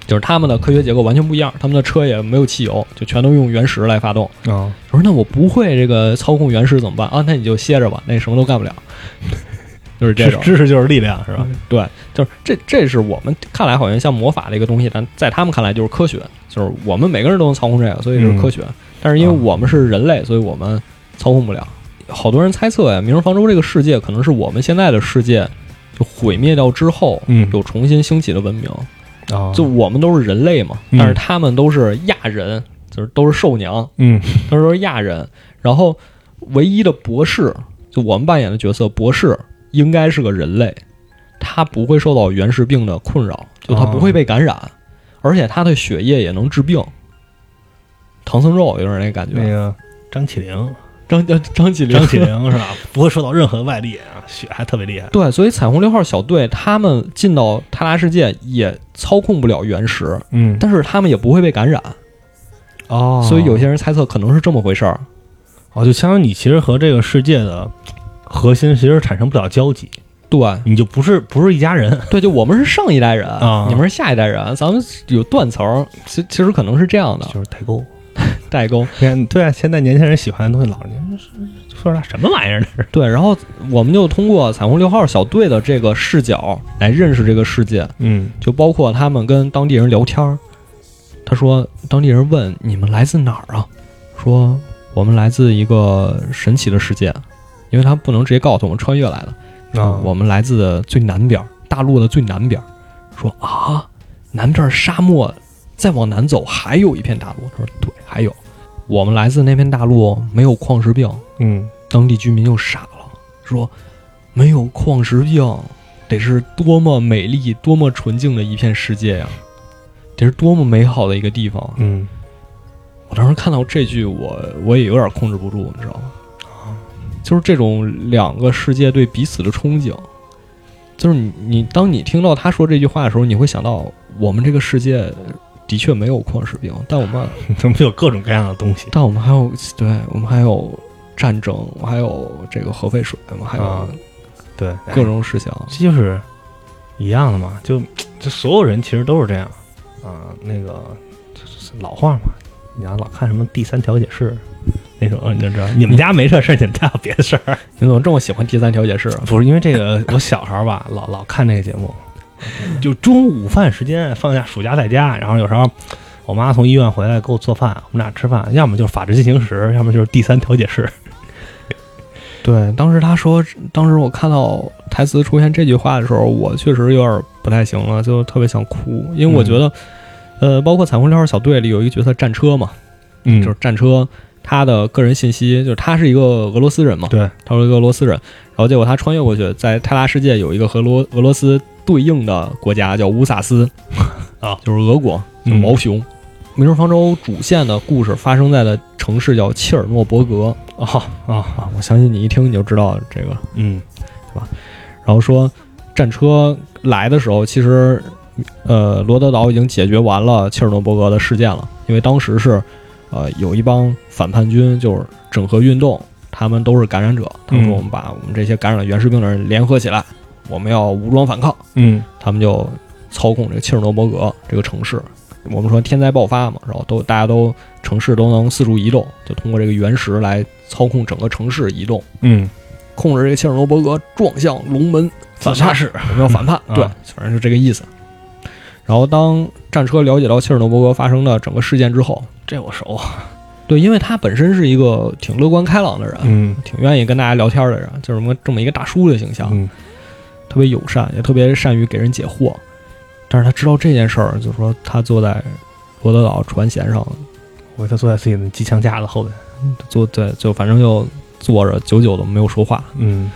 就是他们的科学结构完全不一样，他们的车也没有汽油，就全都用原石来发动。啊，我说那我不会这个操控原石怎么办啊？那你就歇着吧，那什么都干不了。 就是这知种，知识就是力量，是吧？对，就是这这是我们看来好像像魔法的一个东西，但在他们看来就是科学，就是我们每个人都能操控这个，所以是科学。但是因为我们是人类，所以我们操控不了。好多人猜测呀，《明日方舟》这个世界可能是我们现在的世界就毁灭掉之后，嗯有重新兴起的文明。啊，就我们都是人类嘛，嗯但是他们都是亚人，就是都是兽娘，嗯他说是亚人，然后唯一的博士，就我们扮演的角色博士，应该是个人类，他不会受到原始病的困扰，就他不哦会被感染，而且他的血液也能治病。唐僧肉有点那感觉， 那个张起灵张张张起灵，张起灵是吧？不会受到任何外力啊，血还特别厉害。对，所以彩虹六号小队他们进到泰拉世界也操控不了原石，嗯，但是他们也不会被感染，哦所以有些人猜测可能是这么回事儿。哦，就相当于你其实和这个世界的核心其实产生不了交集，对你就不是不是一家人。对，就我们是上一代人，啊你们是下一代人，咱们有断层，其其实可能是这样的就是代沟，代沟。你看，对啊，现在年轻人喜欢的东西，老年说啥什么玩意儿呢？对，然后我们就通过彩虹六号小队的这个视角来认识这个世界，嗯，就包括他们跟当地人聊天儿。他说，当地人问你们来自哪儿啊？说我们来自一个神奇的世界，因为他不能直接告诉我们穿越来的。啊，我们来自最南边儿，大陆的最南边儿。说啊，南边儿沙漠，再往南走还有一片大陆。他说对，还有，我们来自那片大陆，没有矿石病，嗯，当地居民就傻了，说没有矿石病，得是多么美丽、多么纯净的一片世界呀、得是多么美好的一个地方。嗯，我当时看到这句，我我也有点控制不住，你知道吗？就是这种两个世界对彼此的憧憬，就是你你当你听到他说这句话的时候，你会想到我们这个世界的确没有矿石病，但我们他们有各种各样的东西。但我们还有，对我们还有战争，我们还有这个核废水，我们还有啊对，哎各种事情。这就是一样的嘛，就这所有人其实都是这样啊。那个就是老话嘛，你要老看什么第三调解室那哦种，你就知道 你们家没这事儿，你们家有别的事儿。你怎么这么喜欢第三调解室啊？不是因为这个，我小时候吧，老老看这个节目，就中午午饭时间放假，暑假在家，然后有时候我妈从医院回来给我做饭，我们俩吃饭，要么就是法制进行时，要么就是第三调解室。对，当时他说，当时我看到台词出现这句话的时候，我确实有点不太行了，就特别想哭，因为我觉得，呃，包括彩虹六号小队里有一个角色战车嘛，嗯就是战车，他的个人信息就是他是一个俄罗斯人嘛，对，他是一个俄罗斯人，然后结果他穿越过去，在泰拉世界有一个和罗俄罗斯对应的国家叫乌 萨斯，啊，就是俄国，就是毛熊。明日方舟主线的故事发生在的城市叫切尔诺伯格啊啊，啊，我相信你一听你就知道这个。嗯然后说，战车来的时候，其实呃，罗德岛已经解决完了切尔诺伯格的事件了，因为当时是呃有一帮反叛军就是整合运动，他们都是感染者，他们说嗯我们把我们这些感染了原始病的人联合起来，我们要武装反抗，嗯他们就呃操控这个切尔诺伯格这个城市。我们说天灾爆发嘛，然后都大家都城市都能四处移动，就通过这个原石来操控整个城市移动，嗯，控制这个切尔诺伯格撞向龙门自反杀叛。式，我们要反叛，啊对，反正就这个意思。然后当战车了解到切尔诺伯格发生的整个事件之后，这我熟啊。对，因为他本身是一个挺乐观开朗的人， 嗯挺愿意跟大家聊天的人，就是我们这么一个大叔的形象，嗯特别友善，也特别善于给人解惑。但是他知道这件事儿，就是说他坐在罗德岛船舷上，我就坐在自己的机枪架子后边。坐在就反正就坐着，久久的没有说话。嗯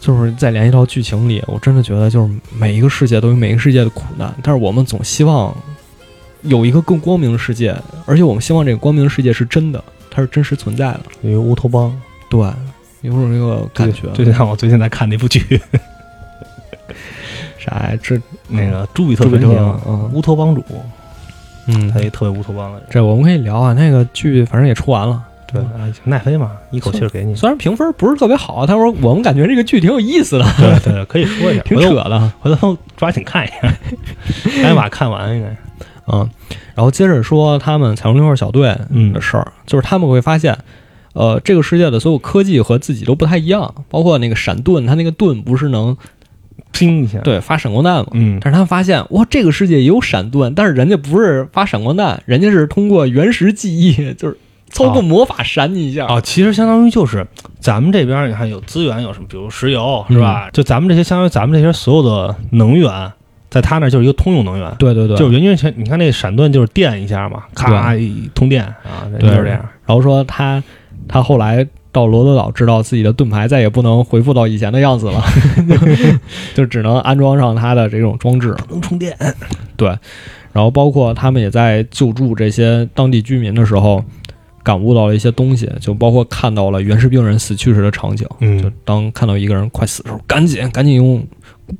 就是再联系到剧情里，我真的觉得就是每一个世界都有每个世界的苦难，但是我们总希望有一个更光明的世界，而且我们希望这个光明的世界是真的，它是真实存在的。嗯有一个乌托邦对，有种这个感觉。就像我最近在看那部剧，啥呀？这 那个《朱比特特别传这情》，嗯乌托邦主，嗯他，一特别乌托邦的人。这我们可以聊啊。那个剧反正也出完了，对，啊奈飞嘛，一口气儿给你。虽然评分不是特别好，啊但是我们感觉这个剧挺有意思的， 对对，可以说一下，挺回扯头的。回头抓紧看一 下，赶紧把它看完应该。嗯，然后接着说他们彩虹六号小队嗯的事儿，就是他们会发现，呃，这个世界的所有科技和自己都不太一样，包括那个闪盾，它那个盾不是能拼一下。，对发闪光弹吗？嗯，但是他们发现，哇，这个世界也有闪盾，但是人家不是发闪光弹，人家是通过原始记忆， 就是操哦控魔法闪你一下。哦，其实相当于就是咱们这边儿你看有资源，有什么，比如石油是吧？就咱们这些，相当于咱们这些所有的能源，在他那儿就是一个通用能源。对对对，就是源泉，你看那闪盾就是电一下嘛，咔一通电啊，对就是这样。然后说他他后来到罗德岛，知道自己的盾牌再也不能恢复到以前的样子了， 就 就只能安装上他的这种装置。能充电，然后包括他们也在救助这些当地居民的时候，感悟到了一些东西，就包括看到了原始病人死去时的场景。就嗯当看到一个人快死的时候，赶紧赶紧用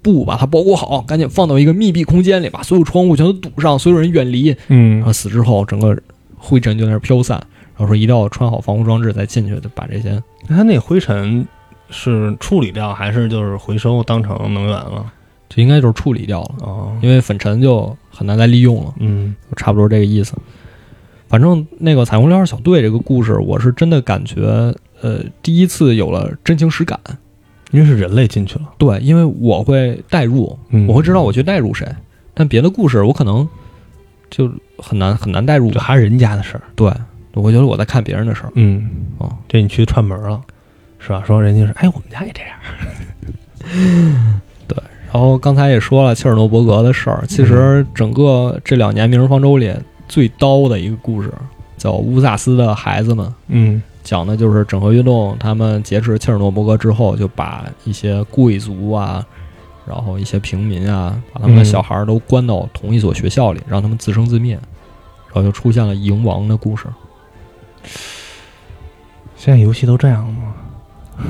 布把它包裹好，赶紧放到一个密闭空间里，把所有窗户全都堵上，所有人远离。然后嗯死之后，整个灰尘就在那儿飘散。然后说一定要穿好防护装置再进去，就把这些那它那灰尘是处理掉还是就是回收当成能源了？就应该就是处理掉了，哦，因为粉尘就很难再利用了，嗯就差不多这个意思。反正那个彩虹六号小队这个故事，我是真的感觉，呃，第一次有了真情实感。因为是人类进去了，对，因为我会代入，嗯我会知道我去代入谁，但别的故事我可能就很难很难代入就。还是人家的事儿。对，我觉得我在看别人的事儿。嗯，哦，这你去串门了，是吧？说人家说，哎，我们家也这样。然后刚才也说了切尔诺伯格的事儿，其实整个这两年《明日方舟》里最刀的一个故事叫《乌萨斯的孩子们》，嗯讲的就是整合运动他们劫持切尔诺伯格之后，就把一些贵族啊。然后一些平民啊，把他们的嗯小孩儿都关到同一所学校里，让他们自生自灭，然后就出现了蝇王的故事。现在游戏都这样 吗？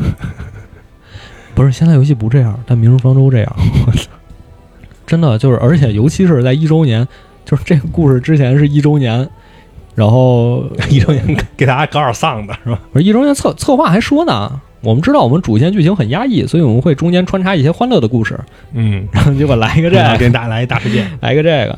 不是，现在游戏不这样，但《明日方舟》这样。我操！ 真的就是，而且尤其是在一周年，就是这个故事之前是一周年，然后一睁眼给大家搞点丧的是吧？不是一周年策策划还说呢，我们知道我们主线剧情很压抑，所以我们会中间穿插一些欢乐的故事， 嗯，然后结果来一个这个，给大家来一大事 件。来一个这个，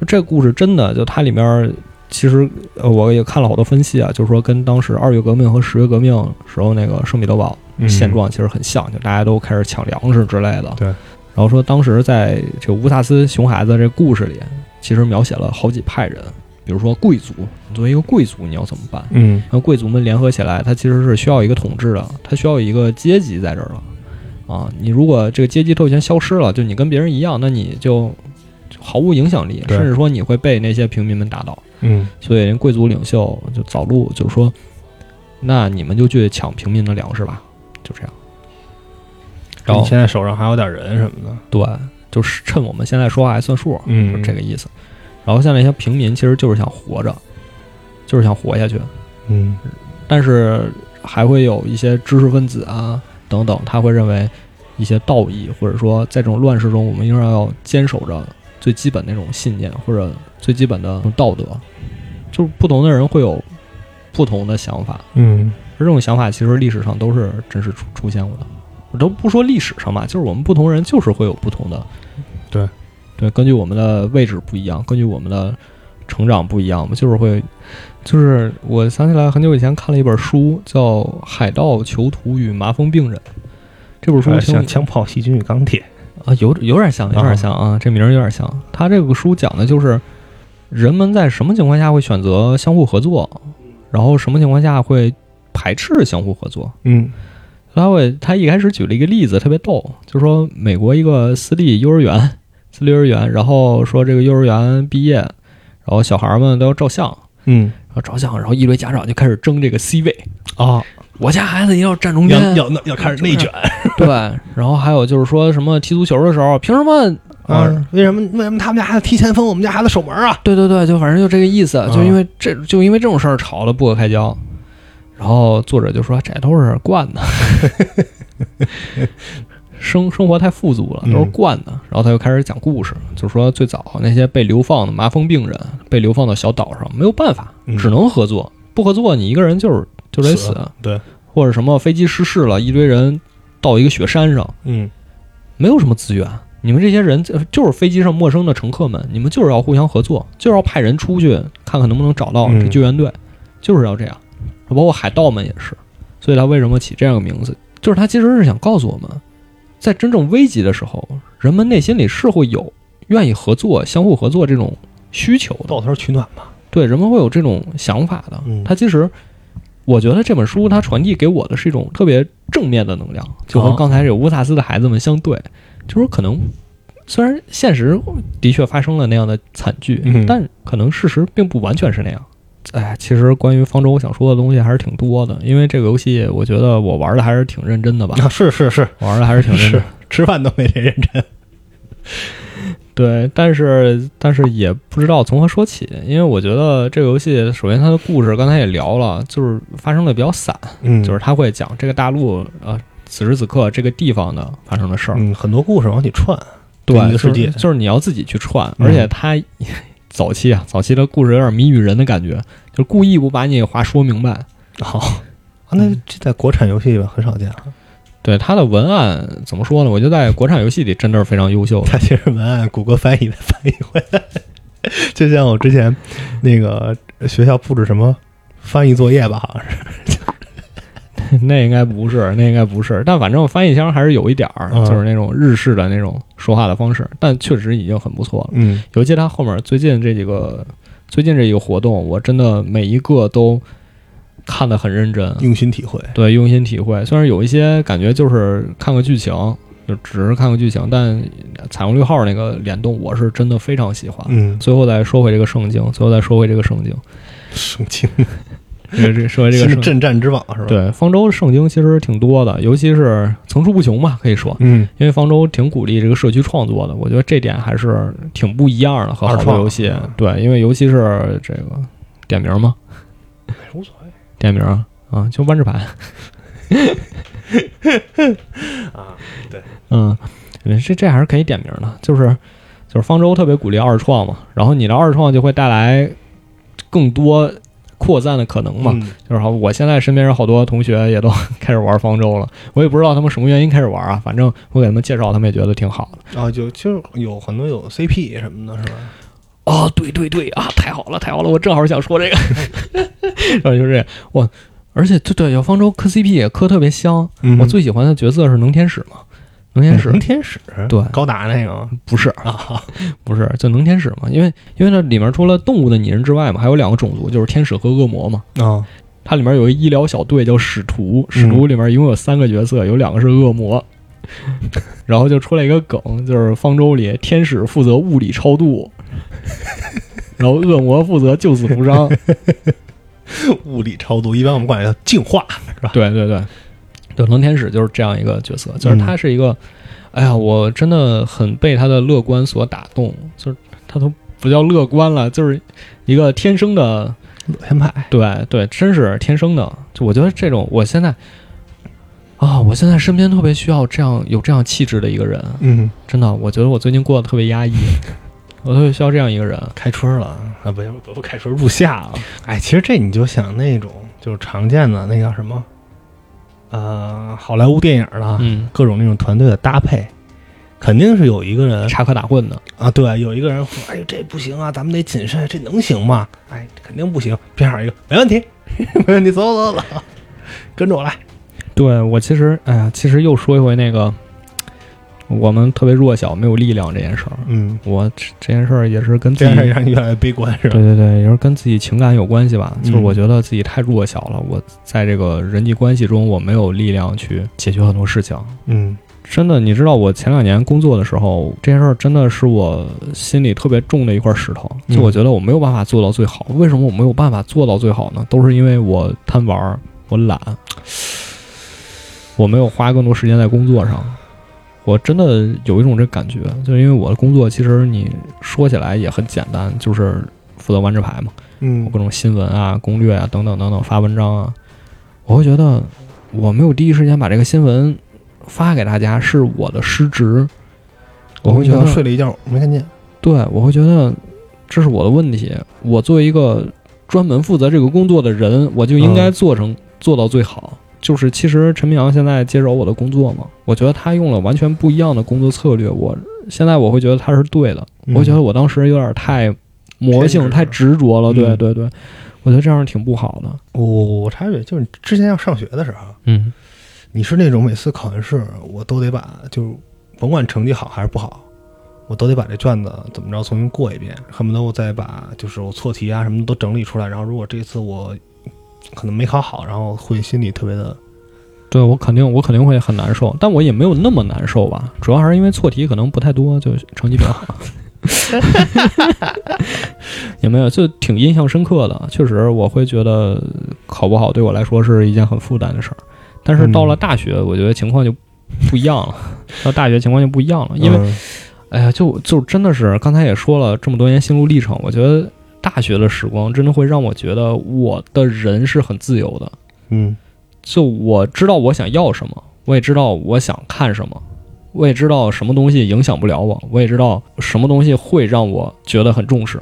就这个故事真的就它里面。其实，呃，我也看了好多分析啊，就是说跟当时二月革命和十月革命时候那个圣彼得堡嗯现状其实很像，就大家都开始抢粮食之类的。对然后说当时在这个乌萨斯熊孩子这故事里，其实描写了好几派人，比如说贵族，你作为一个贵族你要怎么办？嗯，然后贵族们联合起来，它其实是需要一个统治的，它需要一个呃阶级在这儿了。啊，你如果这个阶级特权消失了，就你跟别人一样，那你就就毫无影响力，对甚至说你会被那些平民们打倒。嗯所以人贵族领袖就早路就说：“那你们就去抢平民的粮食吧。”就这样。然你后现在手上还有点人什么的。对，就是趁我们现在说话还算数，就嗯这个意思。然后像那些平民，其实就是想活着，就是想活下去，嗯但是还会有一些知识分子啊等等，他会认为一些道义，或者说在这种乱世中，我们仍然要坚守着最基本那种信念或者最基本的道德。就是不同的人会有不同的想法，嗯而这种想法其实历史上都是真实出出现过的。我都不说历史上吧，就是我们不同人就是会有不同的，对对，根据我们的位置不一样，根据我们的成长不一样，我们就是会，就是我想起来很久以前看了一本书，叫《海盗、囚徒与麻风病人》。这本书哎听像枪炮、细菌与钢铁。啊，有有点像，有点像啊，这名儿有点像。他这个书讲的就是人们在什么情况下会选择相互合作，然后什么情况下会排斥相互合作。嗯他会，他一开始举了一个例子，特别逗，就说美国一个私立幼儿园，私立幼儿园，然后说这个幼儿园毕业，然后小孩儿们都要照相，嗯然后照相，然后一堆家长就开始争这个 C 位，哦，我家孩子一定要站中要间，嗯要要要开始内卷对，然后还有就是说什么踢足球的时候，凭什么啊！为什么为什么他们家孩子踢前锋，我们家孩子守门啊？对对对，就反正就这个意思，嗯就因为这就因为这种事儿吵得不可开交。然后作者就说哎这都是惯的， 生生活太富足嗯了，都是惯的。然后他又开始讲故事，就说最早那些被流放的麻风病人被流放到小岛上，没有办法，嗯只能合作，不合作你一个人就是就得死，对，或者什么飞机失事了，一堆人到一个雪山上，嗯没有什么资源，你们这些人呃就就是飞机上陌生的乘客们，你们就是要互相合作，就是要派人出去看看能不能找到嗯这救援队，就是要这样。包括海盗们也是，所以他为什么起这样个名字，就是他其实是想告诉我们，在真正危急的时候，人们内心里是会有愿意合作、相互合作这种需求的。抱团取暖嘛。对，人们会有这种想法的嗯。它其实，我觉得这本书它传递给我的是一种特别正面的能量，就和哦刚才这乌萨斯的孩子们相对，就是可能虽然现实的确发生了那样的惨剧，嗯但可能事实并不完全是那样。哎，其实关于方舟，我想说的东西还是挺多的，因为这个游戏，我觉得我玩的还是挺 认真的吧，啊，是是是玩的还是挺认真的是。，吃饭都没这认真。对，但是但是也不知道从何说起，因为我觉得这个游戏首先它的故事刚才也聊了，就是发生的比较散，嗯，就是它会讲这个大陆呃此时此刻这个地方的发生的事儿，嗯，很多故事往里串，对，一个世界就是，就是你要自己去串，嗯而且它早期啊，早期的故事有点谜语人的感觉，就故意不把你话说明白。好、啊，那这在国产游戏里边很少见，对它的文案怎么说呢？我觉得在国产游戏里真的是非常优秀的。它其实文案谷歌翻译再翻译回来，就像我之前那个学校布置什么翻译作业吧，好像是， 那应该不是，那应该不是。但反正翻译腔还是有一点儿，嗯就是那种日式的那种说话的方式，但确实已经很不错了。嗯尤其它后面最近这几个，最近这几个活动，我真的每一个都看得很认真，用心体会，对，用心体会。虽然有一些感觉就是看个剧情，就只是看个剧情，但彩虹六号那个联动，我是真的非常喜欢。嗯，最后再说回这个圣经，最后再说回这个圣经，圣经，这个说回这这个是圣经。镇战之网是吧？，对，方舟圣经其实挺多的，尤其是层出不穷吧，可以说，嗯，因为方舟挺鼓励这个社区创作的，我觉得这点还是挺不一样的和好二多创游戏嗯。对，因为尤其是这个点名嘛，无所谓点名啊，啊，就万智牌。啊，嗯，这这还是可以点名的，就是就是方舟特别鼓励二创嘛，然后你的二创就会带来更多扩散的可能嘛。嗯就是好，我现在身边有好多同学也都 开始玩方舟了，我也不知道他们什么原因开始玩啊，反正我给他们介绍，他们也觉得挺好的。啊，就就是有很多有 CP 什么的，是吧？哦，对对对啊，太好了太好了，我正好想说这个， 然后就是我，而且对对，有方舟磕 CP 也磕特别香，嗯哦我最喜欢的角色是能天使嘛，能天使能天使，对高达那个吗不是啊，不是，就能天使嘛，因为因为它里面除了动物的拟人之外嘛，还有两个种族，就是天使和恶魔嘛。啊，它里面有一医疗小队叫使徒，使徒里面一共有三个角色，有两个是恶魔。 然后就出来一个梗，就是方舟里天使负责物理超度， 然后恶魔负责救死扶伤。物理超度，一般我们管它叫净化， 对对对，对，能天使就是这样一个角色，就是他是一个，哎呀，我真的很被他的乐观所打动，就是他都不叫乐观了，就是一个天生的，天派，对对，真是天生的。就我觉得这种，我现在啊、我现在身边特别需要这样有这样气质的一个人，嗯，真的，我觉得我最近过得特别压抑， 我特别需要这样一个人。开春了啊，不不不开春，入夏了。哎，其实这你就想那种就是常见的那叫什么，呃，好莱坞电影的、嗯，各种那种团队的搭配，肯定是有一个人插科打诨的，啊，对，有一个人说，哎呦这不行啊，咱们得谨慎，这能行吗？哎，肯定不行。边上一个没问题， 没问题，走走走走，跟着我来。对我其实，哎呀，其实又说一回那个我们特别弱小、没有力量这件事儿。嗯，我这这件事儿也是跟自这己，样对让你越来越悲观是吧？对对，也是跟自己情感有关系吧。就是嗯我觉得自己太弱小了，我在这个人际关系中我没有力量去解决很多事情。嗯真的，你知道我前两年工作的时候，这件事儿真的是我心里特别重的一块石头。嗯就我觉得我没有办法做到最好，为什么我没有办法做到最好呢？都是因为我贪玩儿，我懒，我没有花更多时间在工作上。我真的有一种这感觉，就是因为我的工作其实你说起来也很简单，就是负责玩这牌嘛。嗯各种新闻啊、攻略啊等等等等发文章啊，我会觉得我没有第一时间把这个新闻发给大家是我的失职，我会觉刚得才睡了一觉没看见。对我会觉得这是我的问题。我作为一个专门负责这个工作的人，我就应该嗯做成、做到最好。就是其实陈明阳现在接手我的工作嘛，我觉得他用了完全不一样的工作策略，我现在我会觉得他是对的。我觉得我当时有点太魔性、嗯偏执太执着了。对嗯对对，我觉得这样挺不好的。我我察觉，就是之前要上学的时候，嗯你是那种每次考完试，我都得把就是甭管成绩好还是不好，我都得把这卷子怎么着重新过一遍，恨不得我再把就是我错题啊什么的都整理出来。然后如果这次我可能没考好，然后会心里特别的，，对我肯定我肯定会很难受，但我也没有那么难受吧，主要还是因为错题可能不太多，就成绩比 较好。也没有，就挺印象深刻的。确实，我会觉得考不好对我来说是一件很负担的事儿。但是到了嗯大学，我觉得情况就不一样了。到大学情况就不一样了，因为嗯哎呀，就就真的是刚才也说了这么多年心路历程，我觉得大学的时光真的会让我觉得我的人是很自由的。嗯就我知道我想要什么，我也知道我想看什么，我也知道什么东西影响不了我，我也知道什么东西会让我觉得很重视。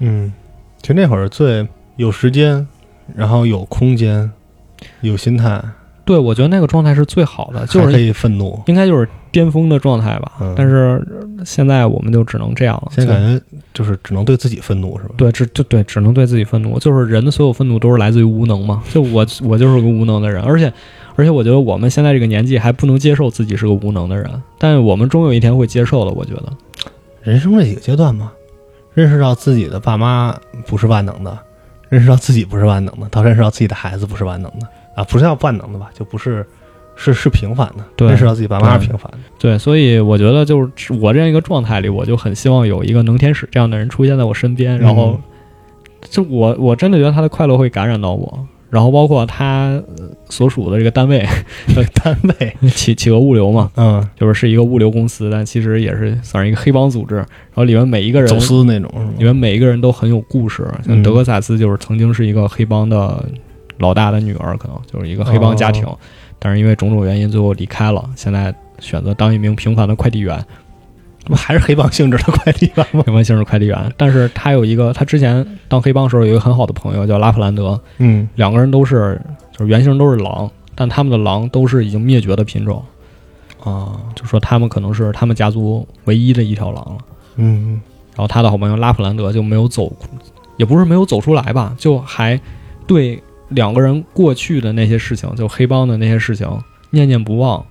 嗯，其实那会儿最有时间，然后有空间，有心态，对我觉得那个状态是最好的，就还可是以愤怒。应该就是巅峰的状态吧。嗯但是现在我们就只能这样了，现在感觉就是只能对自己愤怒，是吧？对，只就对，只能对自己愤怒。就是人的所有愤怒都是来自于无能嘛。就我，我就是个无能的人，而且，而且我觉得我们现在这个年纪还不能接受自己是个无能的人，但我们终有一天会接受的。我觉得，人生这几个阶段嘛，认识到自己的爸妈不是万能的，认识到自己不是万能的，到认识到自己的孩子不是万能的啊，不是叫万能的吧，就不是是是平凡的，对认识到自己爸妈是对平凡的。对，所以我觉得就是我这样一个状态里，我就很希望有一个能天使这样的人出现在我身边，然后嗯，就我我真的觉得他的快乐会感染到我。然后包括他呃所属的这个单位， 单位，企企鹅物流嘛，嗯，就是是一个物流公司，但其实也是算是一个黑帮组织。然后里面每一个人走私那种是里吧？面每一个人都很有故事。像嗯德克萨斯就是曾经是一个黑帮的老大的女儿，可能就是一个黑帮家哦庭，但是因为种种原因最后离开了，现在选择当一名平凡的快递员，不 还是黑帮性质的快递吧？平凡性质快递员。但是他有一个，他之前当黑帮的时候有一个很好的朋友叫拉普兰德，嗯，两个人都是就是原型都是狼，但他们的狼都是已经灭绝的品种，啊，就说他们可能是他们家族唯一的一条狼了。嗯，然后他的好朋友拉普兰德就没有走，也不是没有走出来吧，就还对两个人过去的那些事情，就黑帮的那些事情念念不忘。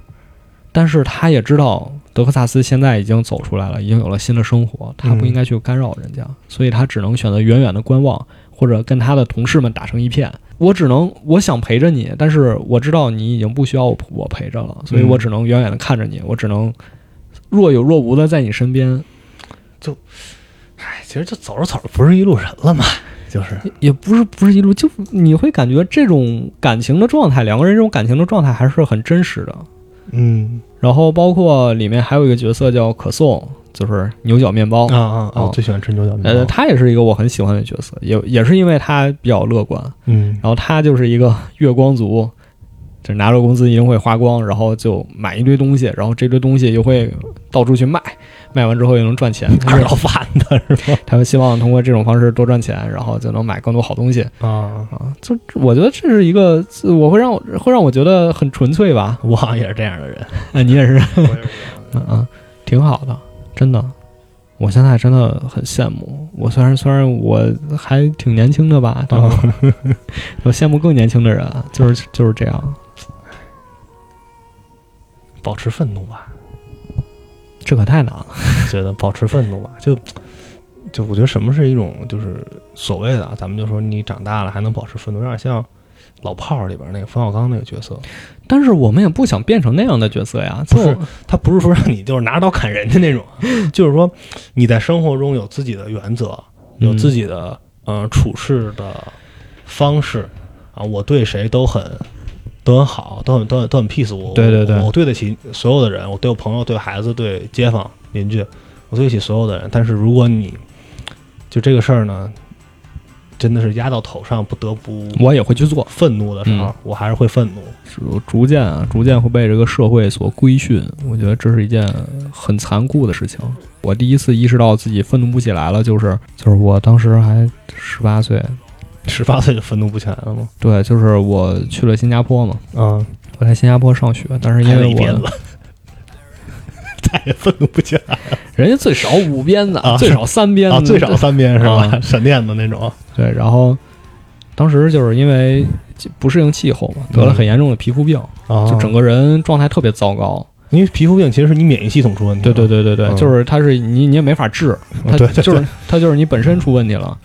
但是他也知道德克萨斯现在已经走出来了，已经有了新的生活，他不应该去干扰人家，所以他只能选择远远的观望，或者跟他的同事们打成一片。我只能我想陪着你，但是我知道你已经不需要我陪着了，所以嗯我只能远远的看着你，我只能若有若无的在你身边，哎，其实就走着走着不是一路人了嘛，就是也也不是不是一路，就你会感觉这种感情的状态，两个人这种感情的状态还是很真实的。嗯然后包括里面还有一个角色叫可颂，就是牛角面包，啊啊啊！哦我最喜欢吃牛角面呃，包，他也是一个我很喜欢的角色，也也是因为他比较乐观，嗯然后他就是一个月光族，就是拿着工资一定会花光，然后就买一堆东西，然后这堆东西又会到处去卖，卖完之后又能赚钱，二道贩子是他们希望通过这种方式多赚钱，然后就能买更多好东西。吧？啊，啊，就我觉得这是一个，自我会让我会让我觉得很纯粹吧。我好像也是这样的人，啊，你也是，我也是嗯啊，挺好的，真的。我现在真的很羡慕。我虽然虽然我还挺年轻的吧，哦但我、 我羡慕更年轻的人，就是就是这样。 保持愤怒吧。这可太难了。觉得保持愤怒吧，就就我觉得什么是一种就是所谓的，啊，咱们就说你长大了还能保持愤怒，有点像《老炮儿》里边那个冯小刚那个角色，但是我们也不想变成那样的角色呀。就不是他不是说让你就是拿着刀砍人的那 种，啊就是说你在生活中有自己的原则，嗯有自、己的呃处事的方式啊，我对谁都很。都很好，都很都很都很 peace 我。我对对对我对得起所有的人，我对我朋友、对孩子、对街坊邻居，我对得起所有的人。但是如果你就这个事儿呢，真的是压到头上，不得不嗯我也会去做，愤怒的时候，嗯我还是会愤怒。逐逐渐啊，逐渐会被这个社会所规训。我觉得这是一件很残酷的事情。我第一次意识到自己愤怒不起来了，就是就是我当时还十八岁，十八岁就愤怒不起来了吗？对，就是我去了新加坡嘛，啊，我在新加坡上学，但是因拍了为一鞭子 我，再也愤怒不起来了人家最少五鞭子啊，最少三鞭啊，子，最少三鞭是吧？啊闪电的那种。对。然后当时就是因为不适应气候嘛，嗯得了很严重的皮肤病，啊，就整个人状态特别糟糕。因为皮肤病其实是你免疫系统出问题对了。对对对对，嗯就是它是你你也没法治，它啊对对就是 它就是你本身出问题了。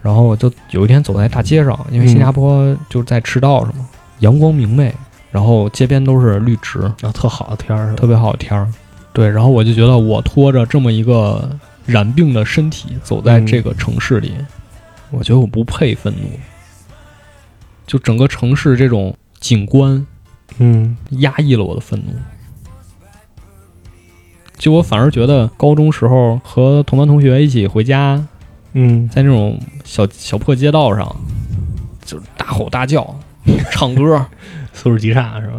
然后我就有一天走在大街上，因为嗯新加坡就是在赤道上嘛，阳光明媚，然后街边都是绿植，啊，特好的天儿是吧？特别好的天儿。对，然后我就觉得我拖着这么一个染病的身体走在嗯这个城市里，我觉得我不配愤怒。就整个城市这种景观嗯压抑了我的愤怒。就我反而觉得高中时候和同班同学一起回家，嗯，在那种小小破街道上，就是大吼大叫、 唱歌，素质极差是吧？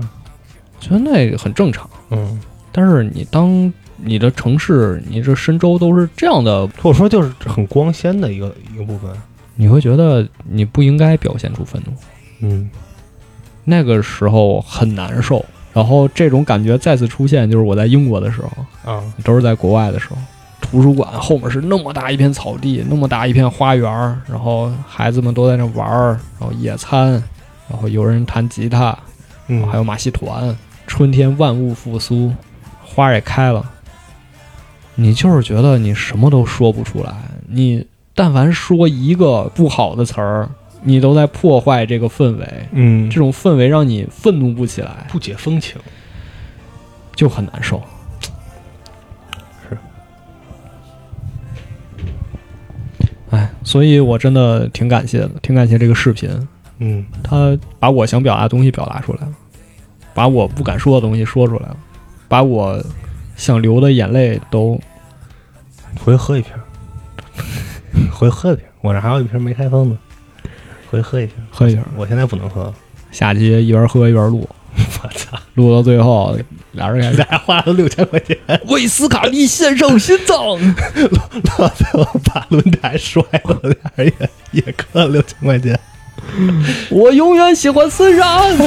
觉得那个很正常。嗯，但是你当你的城市、你这神州都是这样的，或者说就是很光鲜的一个一个部分。你会觉得你不应该表现出愤怒，嗯，那个时候很难受。然后这种感觉再次出现，就是我在英国的时候，啊，都是在国外的时候，图书馆后面是那么大一片草地，那么大一片花园儿，然后孩子们都在那玩儿，然后野餐，然后有人弹吉他，嗯，还有马戏团。春天万物复苏，花也开了。你就是觉得你什么都说不出来，你但凡说一个不好的词儿，你都在破坏这个氛围。嗯，这种氛围让你愤怒不起来，不解风情。就很难受。是。哎，所以我真的挺感谢的，挺感谢这个视频，嗯，它把我想表达的东西表达出来了，把我不敢说的东西说出来了，把我想流的眼泪都回去喝一瓶儿， 回去喝一瓶儿。我这还有一瓶儿没开封呢，回去喝一瓶儿。喝一下。我现在不能喝了， 下期一边喝一边录，我操，录到最后俩人开始咱俩花了六千块钱， 为斯卡利献上心 脏。到最后把轮胎摔了，俩人也也磕了六千块钱。我永远喜欢森然。